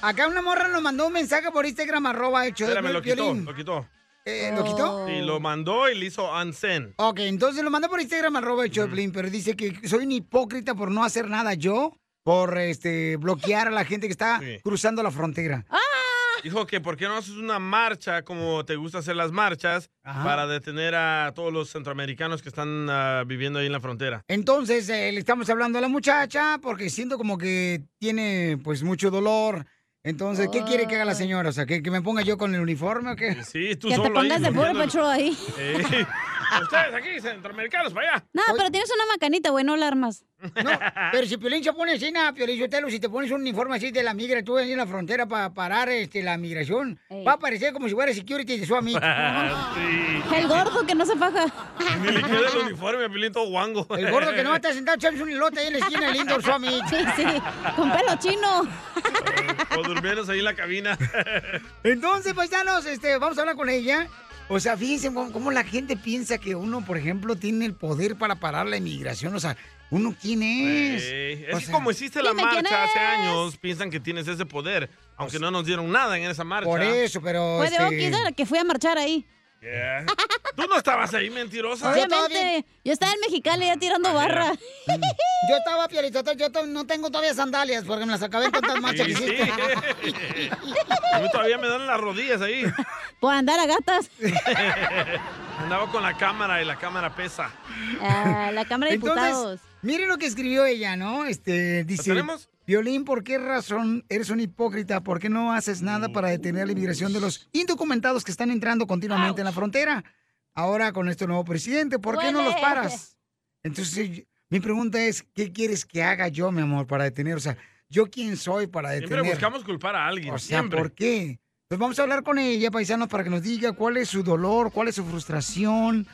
Speaker 2: Acá una morra nos mandó un mensaje por Instagram, arroba el show de
Speaker 8: Espérame, lo quitó,
Speaker 2: Piolín.
Speaker 8: lo quitó.
Speaker 2: Eh, ¿lo quitó?
Speaker 8: Y lo mandó y le hizo unsend.
Speaker 2: Ok, entonces lo mandó por Instagram arroba el Choplin, pero dice que soy un hipócrita por no hacer nada yo, por este bloquear a la gente que está
Speaker 8: Sí.
Speaker 2: cruzando la frontera. ¡Ah!
Speaker 8: Dijo que ¿por qué no haces una marcha como te gusta hacer las marchas para detener a todos los centroamericanos que están ah, viviendo ahí en la frontera?
Speaker 2: Entonces eh, le estamos hablando a la muchacha porque siento como que tiene pues mucho dolor. Entonces, ¿qué quiere que haga la señora? O sea, ¿que, que me ponga yo con el uniforme o qué?
Speaker 8: Ah. Pues Sí, tú Que te solo ahí, pongas de Border poniéndolo. Patrol ahí. Eh, Ustedes aquí, centroamericanos, para allá.
Speaker 4: No, pero tienes una macanita, güey, no la armas.
Speaker 2: No, pero si Piolín se pone así, nada, Piolín Sotelo, si te pones un uniforme así de la migra, tú ahí en la frontera para parar este, la migración, va a parecer como si fuera security de su amigo.
Speaker 8: sí.
Speaker 2: gordo que no se faja.
Speaker 8: Ni le queda el uniforme a Pilín todo guango.
Speaker 2: El gordo que no está sentado echándose un elote ahí en la esquina del indoor summit.
Speaker 8: Sí, sí, con
Speaker 2: pelo chino.
Speaker 8: O durmiéndose ahí en la cabina.
Speaker 2: Entonces, paisanos, este, vamos a hablar con ella. O sea, fíjense cómo, cómo la gente piensa que uno, por ejemplo, tiene el poder para parar la inmigración. O sea, ¿uno quién es?
Speaker 8: Eh,
Speaker 2: O
Speaker 8: es que
Speaker 2: sea,
Speaker 8: como hiciste la marcha hace años, piensan que tienes ese poder, aunque no nos dieron nada en esa marcha.
Speaker 2: Pues Por eso, pero...
Speaker 4: Fue de
Speaker 2: este,
Speaker 4: Oquis, ¿no? la que fui a marchar ahí.
Speaker 8: Yeah. Tú no estabas ahí, mentirosa. Ah,
Speaker 4: Obviamente, yo estaba en Mexicali ya tirando barra.
Speaker 2: Mm. Yo estaba, Piolizotelo, yo to- no tengo todavía sandalias porque me las acabé en tantas marchas que
Speaker 8: Sí,
Speaker 2: hiciste.
Speaker 8: sí. A mí todavía me dan las rodillas ahí.
Speaker 4: Por andar a gatas.
Speaker 8: Andaba con la cámara y la cámara pesa.
Speaker 4: Ah, la Cámara de Diputados.
Speaker 2: Entonces, miren lo que escribió ella, ¿no? Este, dice,
Speaker 8: tenemos?
Speaker 2: Violín, ¿por qué razón eres un hipócrita? ¿Por qué no haces
Speaker 8: Mm.
Speaker 2: nada para detener la inmigración de los indocumentados que están entrando continuamente en la frontera? Ahora con este nuevo presidente, ¿por qué no los
Speaker 4: Huele.
Speaker 2: paras? Entonces, yo- mi pregunta es, ¿qué quieres que haga yo, mi amor, para detener? O sea, ¿yo quién soy para detener?
Speaker 8: Siempre buscamos culpar a alguien,
Speaker 2: O sea,
Speaker 8: siempre.
Speaker 2: ¿por qué? Pues vamos a hablar con ella, paisanos, para que nos diga cuál es su dolor, cuál es su frustración,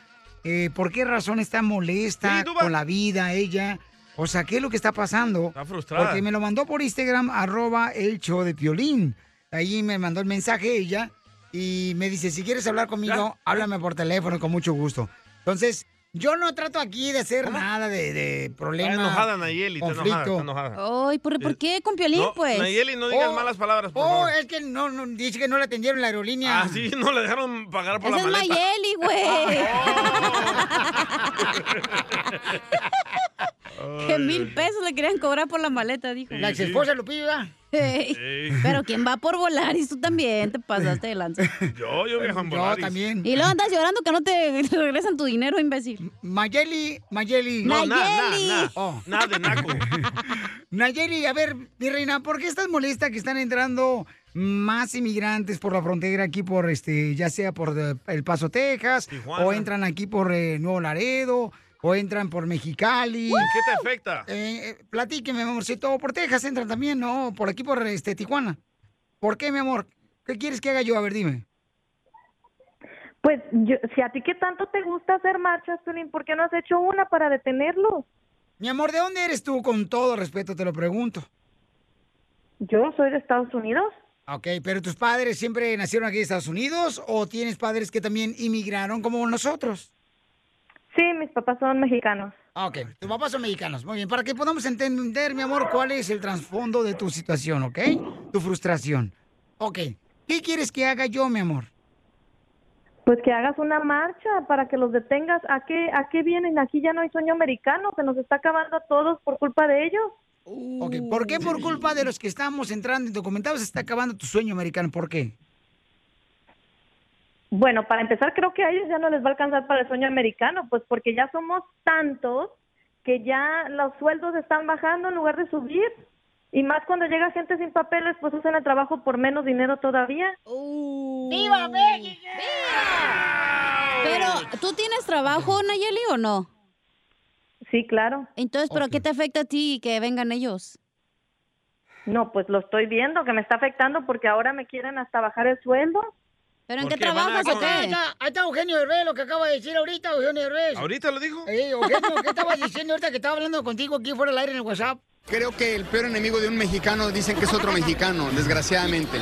Speaker 2: eh, por qué razón está molesta con la vida ella. O sea, ¿qué es lo que está pasando?
Speaker 8: Está frustrada.
Speaker 2: Porque me lo mandó por Instagram, arroba el show de Piolín. Ahí me mandó el mensaje ella y me dice, si quieres hablar conmigo, háblame por teléfono con mucho gusto. Entonces, yo no trato aquí de hacer nada de, de problema.
Speaker 8: Está enojada Nayeli, está enojada, está enojada.
Speaker 4: Ay, ¿por, por qué con Piolín,
Speaker 8: No,
Speaker 4: pues?
Speaker 8: Nayeli, no digas malas palabras, por
Speaker 2: oh,
Speaker 8: favor.
Speaker 2: es que no, no, dice que no la atendieron en la aerolínea.
Speaker 8: Ah, sí, no le dejaron pagar por
Speaker 2: Esa
Speaker 8: la
Speaker 2: es
Speaker 8: maleta.
Speaker 2: Nayeli, güey.
Speaker 4: Que mil pesos le querían cobrar por la maleta, dijo.
Speaker 2: La Sí, sí. exesposa Lupita.
Speaker 4: Ey, Pero quien va por volar y tú también te pasaste de lanza.
Speaker 8: Yo, yo viajo en
Speaker 2: Yo
Speaker 8: Volaris.
Speaker 2: también.
Speaker 4: Y luego andas llorando que no te regresan tu dinero, imbécil.
Speaker 2: Mayeli, Mayeli.
Speaker 8: No, nada, nada,
Speaker 2: Oh.
Speaker 8: nada. Nada de naco.
Speaker 2: Nayeli, a ver, mi reina, ¿por qué estás molesta que están entrando más inmigrantes por la frontera aquí por este, ya sea por de- El Paso, Texas,
Speaker 8: Tijuana.
Speaker 2: o entran aquí por eh, Nuevo Laredo, o entran por Mexicali?
Speaker 8: ¿Qué te afecta?
Speaker 2: Eh, eh, platíqueme, mi amorcito, por Texas entran también, ¿no? Por aquí por este Tijuana. ¿Por qué, mi amor? ¿Qué quieres que haga yo? A ver, dime.
Speaker 24: Pues yo- si a ti que tanto te gusta hacer marchas, Piolín, ¿por qué no has hecho una para detenerlos?
Speaker 2: Mi amor, ¿de dónde eres tú? Con todo respeto te lo pregunto.
Speaker 24: Yo soy de Estados Unidos.
Speaker 2: Ok, pero tus padres siempre nacieron aquí en Estados Unidos o tienes padres que también inmigraron como nosotros?
Speaker 24: Sí, mis papás son mexicanos.
Speaker 2: Ah, Ok, tus papás son mexicanos. Muy bien, para que podamos entender, mi amor, cuál es el trasfondo de tu situación, ¿ok? Tu frustración. Ok, ¿qué quieres que haga yo, mi amor?
Speaker 24: Pues que hagas una marcha para que los detengas. ¿A qué, a qué vienen? Aquí ya no hay sueño americano, se nos está acabando a todos por culpa de ellos.
Speaker 2: Ok, ¿por qué por culpa de los que estamos entrando indocumentados se está acabando tu sueño americano? ¿Por qué?
Speaker 24: Bueno, para empezar, creo que a ellos ya no les va a alcanzar para el sueño americano, pues porque ya somos tantos que ya los sueldos están bajando en lugar de subir. Y más cuando llega gente sin papeles, pues hacen el trabajo por menos dinero todavía.
Speaker 4: ¡Viva México! Pero, ¿tú tienes trabajo, Nayeli, o no?
Speaker 24: Sí, claro.
Speaker 4: Entonces, ¿pero qué te afecta a ti que vengan ellos?
Speaker 24: No, pues lo estoy viendo, que me está afectando porque ahora me quieren hasta bajar el sueldo.
Speaker 4: ¿Pero
Speaker 24: en
Speaker 4: ¿Por qué qué trabajas van a- o qué?
Speaker 2: Ahí Ah, está, ahí está Eugenio Herbés, lo que acaba de decir ahorita, Eugenio Herbés.
Speaker 8: ¿Ahorita lo dijo?
Speaker 2: Eh, Eugenio, ¿qué estaba diciendo ahorita que estaba hablando contigo aquí fuera del aire en el WhatsApp?
Speaker 3: Creo que el peor enemigo de un mexicano dicen que es otro mexicano, desgraciadamente.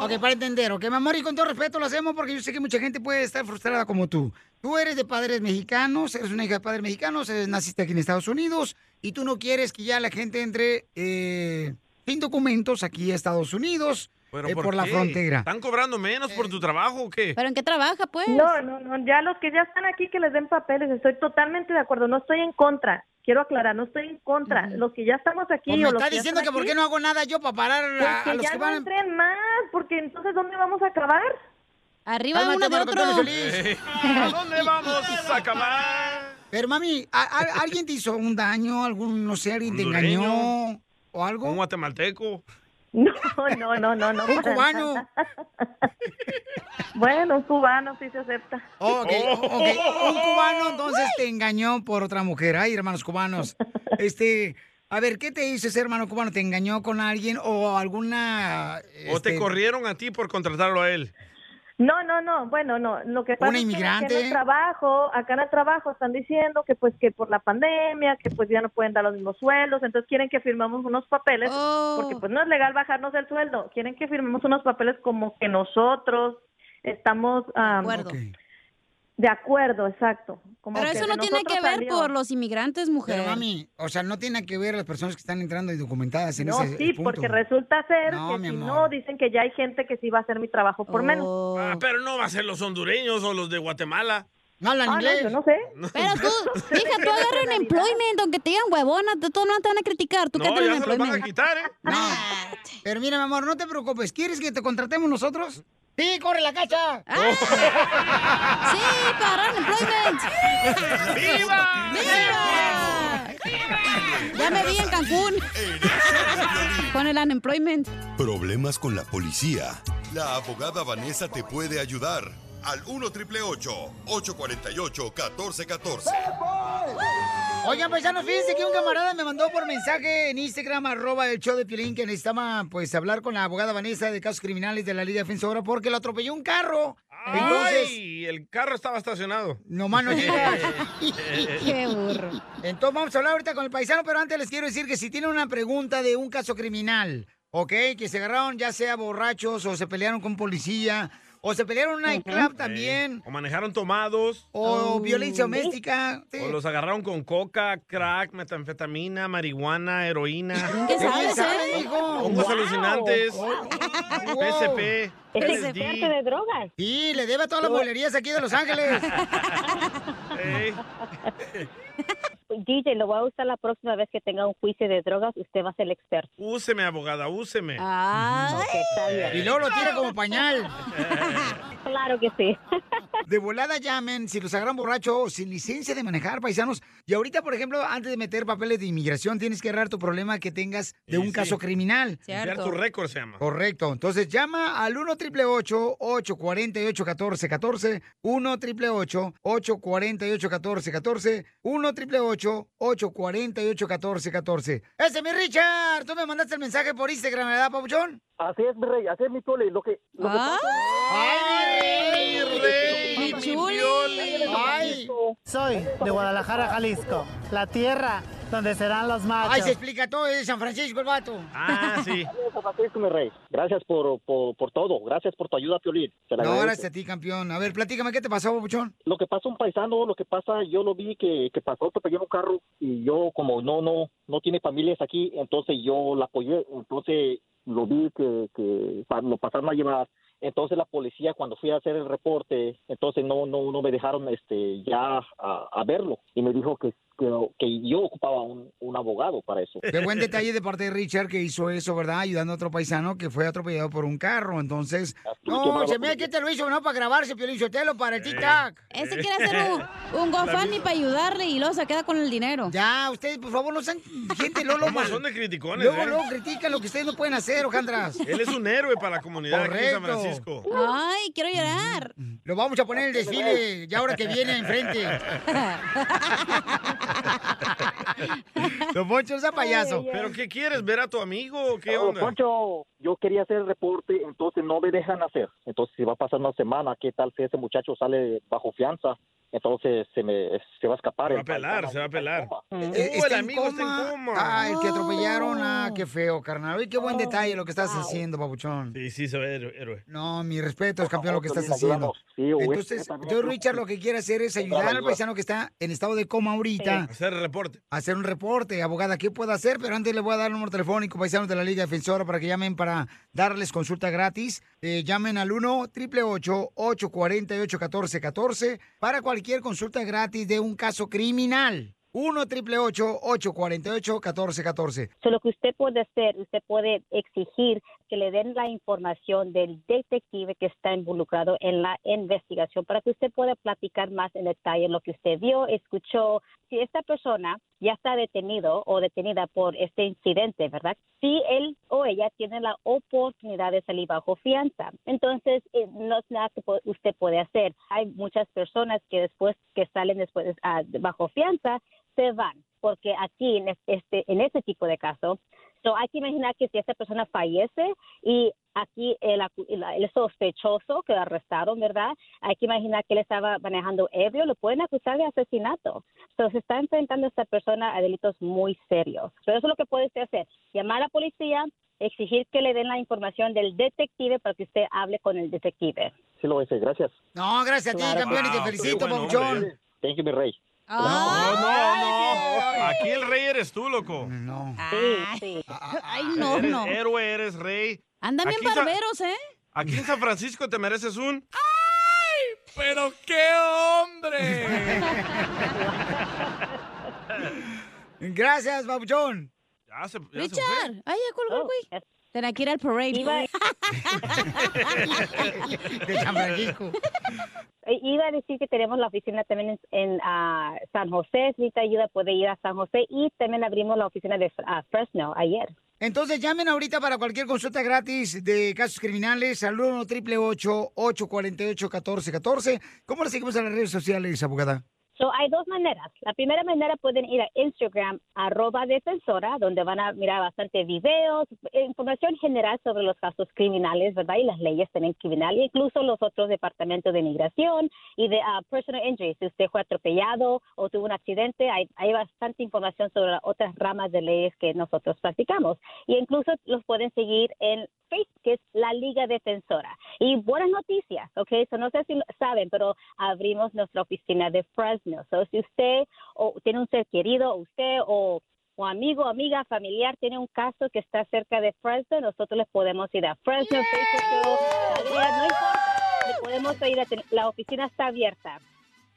Speaker 2: Ok, para entender, ok, mi amor, y con todo respeto lo hacemos porque yo sé que mucha gente puede estar frustrada como tú. Tú eres de padres mexicanos, eres una hija de padres mexicanos, eh, naciste aquí en Estados Unidos y tú no quieres que ya la gente entre eh, sin documentos aquí a Estados Unidos
Speaker 8: Pero
Speaker 2: eh, por, la
Speaker 8: qué?
Speaker 2: frontera. Eh,
Speaker 8: ¿Están cobrando menos por tu trabajo o qué?
Speaker 4: en qué trabaja, pues?
Speaker 24: No, no, no, ya los que ya están aquí que les den papeles, estoy totalmente de acuerdo, no estoy en contra. Quiero aclarar, no estoy en contra. Los que ya estamos aquí
Speaker 2: O Pues me
Speaker 24: o los
Speaker 2: está
Speaker 24: que ya
Speaker 2: diciendo que
Speaker 24: están
Speaker 2: por
Speaker 24: aquí,
Speaker 2: qué no hago nada yo para parar
Speaker 24: pues
Speaker 2: a, a
Speaker 24: que
Speaker 2: los
Speaker 24: ya
Speaker 2: que
Speaker 24: no
Speaker 2: van...
Speaker 24: entren más, porque entonces ¿dónde vamos a acabar?
Speaker 4: Arriba
Speaker 2: Cálmate, Marco Antonio Solís.
Speaker 8: ¿A dónde vamos a acabar?
Speaker 2: Pero mami, ¿a- a- ¿alguien te hizo un daño? ¿Algún, no sé, alguien te
Speaker 8: Hondureño.
Speaker 2: engañó? ¿O algo?
Speaker 8: ¿Un guatemalteco?
Speaker 24: No, no, no, no, no.
Speaker 2: Un
Speaker 24: para
Speaker 2: cubano.
Speaker 24: nada. bueno, un cubano sí se acepta.
Speaker 2: Oh, ok, ok. Un cubano entonces te engañó por otra mujer. Ay, hermanos cubanos. Este, a ver, ¿qué te hizo ese hermano cubano? ¿Te engañó con alguien o alguna...
Speaker 8: ¿O
Speaker 2: Este,
Speaker 8: te corrieron a ti por contratarlo a él?
Speaker 24: No, no, no, bueno, no, lo que pasa
Speaker 8: Una
Speaker 24: es que acá en
Speaker 8: inmigrante.
Speaker 24: el trabajo, acá en el trabajo están diciendo que pues que por la pandemia, que pues ya no pueden dar los mismos sueldos, entonces quieren que firmamos unos papeles, porque pues no es legal bajarnos el sueldo, quieren que firmemos unos papeles como que nosotros estamos am, de
Speaker 4: acuerdo.
Speaker 24: de acuerdo, exacto. Como
Speaker 4: Pero
Speaker 24: que
Speaker 4: eso
Speaker 24: de
Speaker 4: no tiene
Speaker 24: nosotros
Speaker 4: que ver
Speaker 24: salió.
Speaker 4: por los inmigrantes, mujer.
Speaker 2: Pero mami, o sea, no tiene que ver las personas que están entrando indocumentadas en
Speaker 24: No,
Speaker 2: ese
Speaker 24: sí,
Speaker 2: punto.
Speaker 24: porque resulta ser
Speaker 2: No,
Speaker 24: que
Speaker 2: mi
Speaker 24: si
Speaker 2: amor.
Speaker 24: no, dicen que ya hay gente que sí va a hacer mi trabajo por menos.
Speaker 8: Ah, pero no va a ser los hondureños o los de Guatemala.
Speaker 2: No
Speaker 24: hablan Ah, no, inglés. yo no sé.
Speaker 4: Pero tú, hija, tú agarran employment, aunque te digan huevona, tú tú no te van a criticar. Tú quédate en employment. Ah,
Speaker 8: quitar, ¿eh?
Speaker 2: No. Pero mira, mi amor, no te preocupes. ¿Quieres que te contratemos nosotros? Sí, corre la cacha.
Speaker 4: Ah,
Speaker 2: Oh.
Speaker 4: sí, para employment.
Speaker 8: ¡Viva!
Speaker 4: Ya me vi en Cancún. Con el unemployment.
Speaker 10: Problemas con la policía. La abogada Vanessa te puede ayudar. al 1 triple 848 1414.
Speaker 2: Oigan, paisanos, fíjense que un camarada me mandó por mensaje en Instagram, arroba el show de Piolín, que necesitaba, pues, hablar con la abogada Vanessa de casos criminales de la Liga Defensora porque lo atropelló un carro. Entonces,
Speaker 8: ¡Ay! El carro estaba estacionado. Eh,
Speaker 2: nomás no llega. burro. Eh, Entonces, vamos a hablar ahorita con el paisano, pero antes les quiero decir que si tienen una pregunta de un caso criminal, ¿ok? Que se agarraron ya sea borrachos o se pelearon con policía o se pelearon en un nightclub
Speaker 8: Ujú.
Speaker 2: también.
Speaker 8: O manejaron tomados.
Speaker 2: O violencia doméstica. sí.
Speaker 8: O los agarraron con coca, crack, metanfetamina, marihuana, heroína.
Speaker 2: ¿Qué sabes, eh, hijo?
Speaker 8: Hongos
Speaker 2: Wow.
Speaker 8: alucinantes. PSP.
Speaker 2: Es que se
Speaker 8: LSD.
Speaker 2: parte de
Speaker 3: drogas.
Speaker 2: Sí, le debe a todas las bolerías aquí de Los Ángeles.
Speaker 15: DJ, Pues, lo voy a usar la próxima vez que tenga un juicio de drogas. Usted va a ser el experto.
Speaker 8: Úseme, abogada, úseme.
Speaker 24: Ah,
Speaker 8: Ah.
Speaker 2: Y luego lo tira como pañal. Claro que sí. De volada llamen si los agarran borracho o sin licencia de manejar, paisanos. Y ahorita, por ejemplo, antes de meter papeles de inmigración, tienes que agarrar tu problema que tengas de un caso criminal.
Speaker 8: Limpiar tu récord se llama.
Speaker 2: Correcto. Entonces llama al 1 triple 848 1414 1 triple 848 1414 1 triple 848 1414 ¡Ese es mi Richard! Tú me mandaste el mensaje por Instagram, ¿verdad, Papuchón?
Speaker 9: Así es, mi rey, así es mi Pioli. Lo que, lo que
Speaker 2: ¡Ah!
Speaker 9: ¡Ay,
Speaker 2: mi rey!
Speaker 9: ¡Mi Pioli! ¡Ay!
Speaker 14: Soy de Guadalajara, Jalisco, la tierra donde serán los machos.
Speaker 2: Ahí se explica todo, es de San Francisco el vato.
Speaker 8: Ah, sí.
Speaker 9: Francisco, mi rey. Gracias por, por, por todo. Gracias por tu ayuda, Piolín. Te la
Speaker 2: No,
Speaker 9: agradezco.
Speaker 2: gracias a ti, campeón. A ver, platícame, ¿qué te pasó, Papuchón?
Speaker 9: Lo que pasa un paisano, lo que pasa, yo lo vi que, que pasó, que pegué un carro y yo como no, no, no tiene familias aquí, entonces yo la apoyé, entonces lo vi que, que pa- lo pasaron a llevar. Entonces la policía cuando fui a hacer el reporte, entonces no, no, no me dejaron este ya a, a verlo y me dijo que, que, que yo ocupaba un, un abogado para eso.
Speaker 2: Qué buen detalle de parte de Richard que hizo eso, ¿verdad? Ayudando a otro paisano que fue atropellado por un carro. Entonces, no,
Speaker 9: bravo,
Speaker 2: se me que te lo hizo, ¿no? Para grabarse, Piolín Sotelo, para el tic-tac.
Speaker 4: Ese quiere hacer un, un GoFundMe para ayudarle y luego se queda con el dinero.
Speaker 2: Ya, ustedes, por favor, no sean gente lolo
Speaker 8: ¿Cómo son de criticones?
Speaker 2: Luego,
Speaker 8: eh?
Speaker 2: luego critican lo que ustedes no pueden hacer, Ojandras.
Speaker 8: Él es un héroe para la comunidad aquí en San
Speaker 2: Correcto.
Speaker 8: Francisco.
Speaker 4: Ay, quiero llorar.
Speaker 2: Lo vamos a poner en el desfile ya ahora que viene enfrente. Don Poncho, sea payaso.
Speaker 8: ¿Pero qué quieres? ¿Ver a tu amigo o qué
Speaker 9: Pero,
Speaker 8: onda?
Speaker 9: Poncho, yo quería hacer el reporte, entonces no me dejan hacer. Entonces, si va a pasar una semana, ¿qué tal si ese muchacho sale bajo fianza? Entonces se me se va a escapar.
Speaker 8: Se va a pelar, se va a pelar. Uh,
Speaker 2: Eh,
Speaker 8: el amigo está en coma.
Speaker 2: Ah, el que atropellaron. Ah, qué feo, carnal. Oye, qué buen detalle lo que estás haciendo, papuchón.
Speaker 8: Sí, sí, se ve héroe- héroe.
Speaker 2: No, mi respeto, es campeón, lo que estás
Speaker 9: también
Speaker 2: haciendo.
Speaker 9: ayudamos. Sí, o
Speaker 2: Entonces,
Speaker 9: este también.
Speaker 2: tú, Richard, lo que quiere hacer es ayudar al paisano que está en estado de coma ahorita
Speaker 8: Hacer el reporte.
Speaker 2: a hacer un reporte. Abogada, ¿qué puedo hacer? Pero antes le voy a dar el número telefónico, paisanos de la Liga Defensora, para que llamen para darles consulta gratis. Eh, llamen al 1 888 848 1414 para cualquier consulta gratis de un caso criminal. 1 888 848 1414
Speaker 15: So, lo que usted puede hacer, usted puede exigir que le den la información del detective que está involucrado en la investigación para que usted pueda platicar más en detalle lo que usted vio, escuchó. Si esta persona ya está detenido o detenida por este incidente, ¿verdad? Si él o ella tiene la oportunidad de salir bajo fianza, entonces eh, no es nada que po- usted puede hacer. Hay muchas personas que después que salen después ah, bajo fianza se van, porque aquí en este, en este tipo de caso, so hay que imaginar que si esta persona fallece y aquí el, acu- el- el sospechoso que lo arrestaron, ¿verdad? Hay que imaginar que él estaba manejando ebrio, lo pueden acusar de asesinato. Entonces se está enfrentando a esta persona a delitos muy serios. Pero eso es lo que puede usted hacer, llamar a la policía, exigir que le den la información del detective para que usted hable con el detective.
Speaker 9: Sí, lo voy a hacer, gracias.
Speaker 2: No, gracias a ti,
Speaker 9: Claro.
Speaker 2: campeón, y te
Speaker 8: Ah,
Speaker 9: Wow, qué
Speaker 2: felicito,
Speaker 9: buen
Speaker 2: Papuchón.
Speaker 9: hombre. Thank you, mi rey.
Speaker 8: No, no, no. Aquí el rey eres tú, loco.
Speaker 2: No.
Speaker 4: Ay, no,
Speaker 8: eres
Speaker 4: no.
Speaker 8: héroe, eres rey.
Speaker 4: Andan bien
Speaker 8: Aquí Sa-
Speaker 4: barberos, ¿eh?
Speaker 8: Aquí en San Francisco te mereces un...
Speaker 25: ¡Pero qué hombre!
Speaker 2: Gracias, Papuchón.
Speaker 8: Ya se- ya se fue.
Speaker 24: Oh,
Speaker 4: Richard, ahí ya colgó el güey. Tenía que ir al parade.
Speaker 2: De San Francisco.
Speaker 15: Eh, Iba a decir que tenemos la oficina también en, en, ah, San José. Si necesita ayuda, puede ir a San José. Y también abrimos la oficina de ah, Fresno ayer.
Speaker 2: Entonces llamen ahorita para cualquier consulta gratis de casos criminales al 1 848 1414 ¿Cómo le seguimos en las redes sociales, abogada?
Speaker 15: So, hay dos maneras. La primera manera pueden ir a Instagram, arroba defensora, donde van a mirar bastante videos, eh, información general sobre los casos criminales, ¿verdad? Y las leyes también criminales, incluso los otros departamentos de migración y de ah, personal injury. Si usted fue atropellado o tuvo un accidente, hay, hay bastante información sobre las otras ramas de leyes que nosotros practicamos. Y incluso los pueden seguir en Facebook, que es la Liga Defensora. Y buenas noticias, ¿ok? So, no sé si lo saben, pero abrimos nuestra oficina de Fresno. So, si usted o tiene un ser querido, o usted o, o amigo, amiga, familiar, tiene un caso que está cerca de Fresno, nosotros les podemos ir a Fresno, Bakersfield, Galea, no importa, le podemos ir a ten- la oficina está abierta.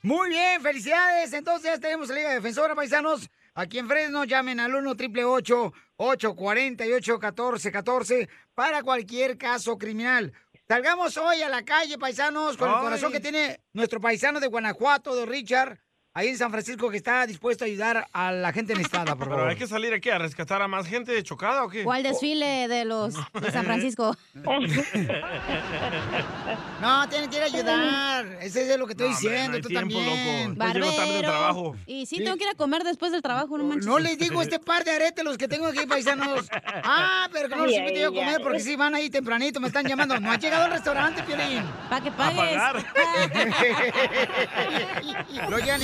Speaker 2: Muy bien, felicidades. Entonces tenemos la Liga Defensora, paisanos. Aquí en Fresno, llamen al 1 848 1414 para cualquier caso criminal. Salgamos hoy a la calle, paisanos, con el
Speaker 11: Ay.
Speaker 2: corazón que tiene nuestro paisano de Guanajuato, de Richard, ahí en San Francisco, que está dispuesto a ayudar a la gente necesitada, por
Speaker 8: Pero
Speaker 2: favor.
Speaker 8: hay que Oh. salir aquí a rescatar a más gente de chocada o qué?
Speaker 4: O al desfile de los de San Francisco.
Speaker 2: No, tienen que ir a ayudar. Ese es lo que estoy
Speaker 8: No, hombre,
Speaker 2: diciendo,
Speaker 8: no hay
Speaker 2: tú
Speaker 8: tiempo,
Speaker 2: también.
Speaker 8: loco. Ya llego tarde del trabajo.
Speaker 4: Y sí, tengo que ir a comer después del trabajo, no manches.
Speaker 2: No les digo este par de aretes los que tengo aquí, paisanos. Ah, pero que no los
Speaker 4: Ay,
Speaker 2: invito
Speaker 4: ay,
Speaker 2: yo a comer
Speaker 4: ay.
Speaker 2: porque si van ahí tempranito, me están llamando. No ha llegado al restaurante, Piolín.
Speaker 4: Para que
Speaker 2: Lo llegan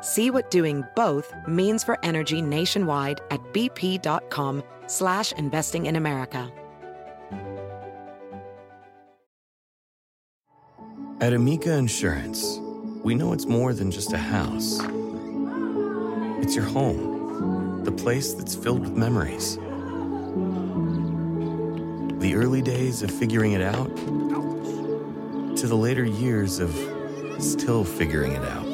Speaker 1: See what doing both means for energy nationwide at bp.com slash investing in America.
Speaker 23: At Amica Insurance, we know it's more than just a house. It's your home, the place that's filled with memories. The early days of figuring it out to the later years of still figuring it out.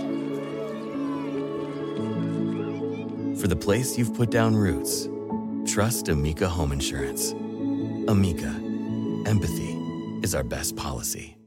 Speaker 23: For the place you've put down roots, trust Amica Home Insurance. Amica, empathy is our best policy.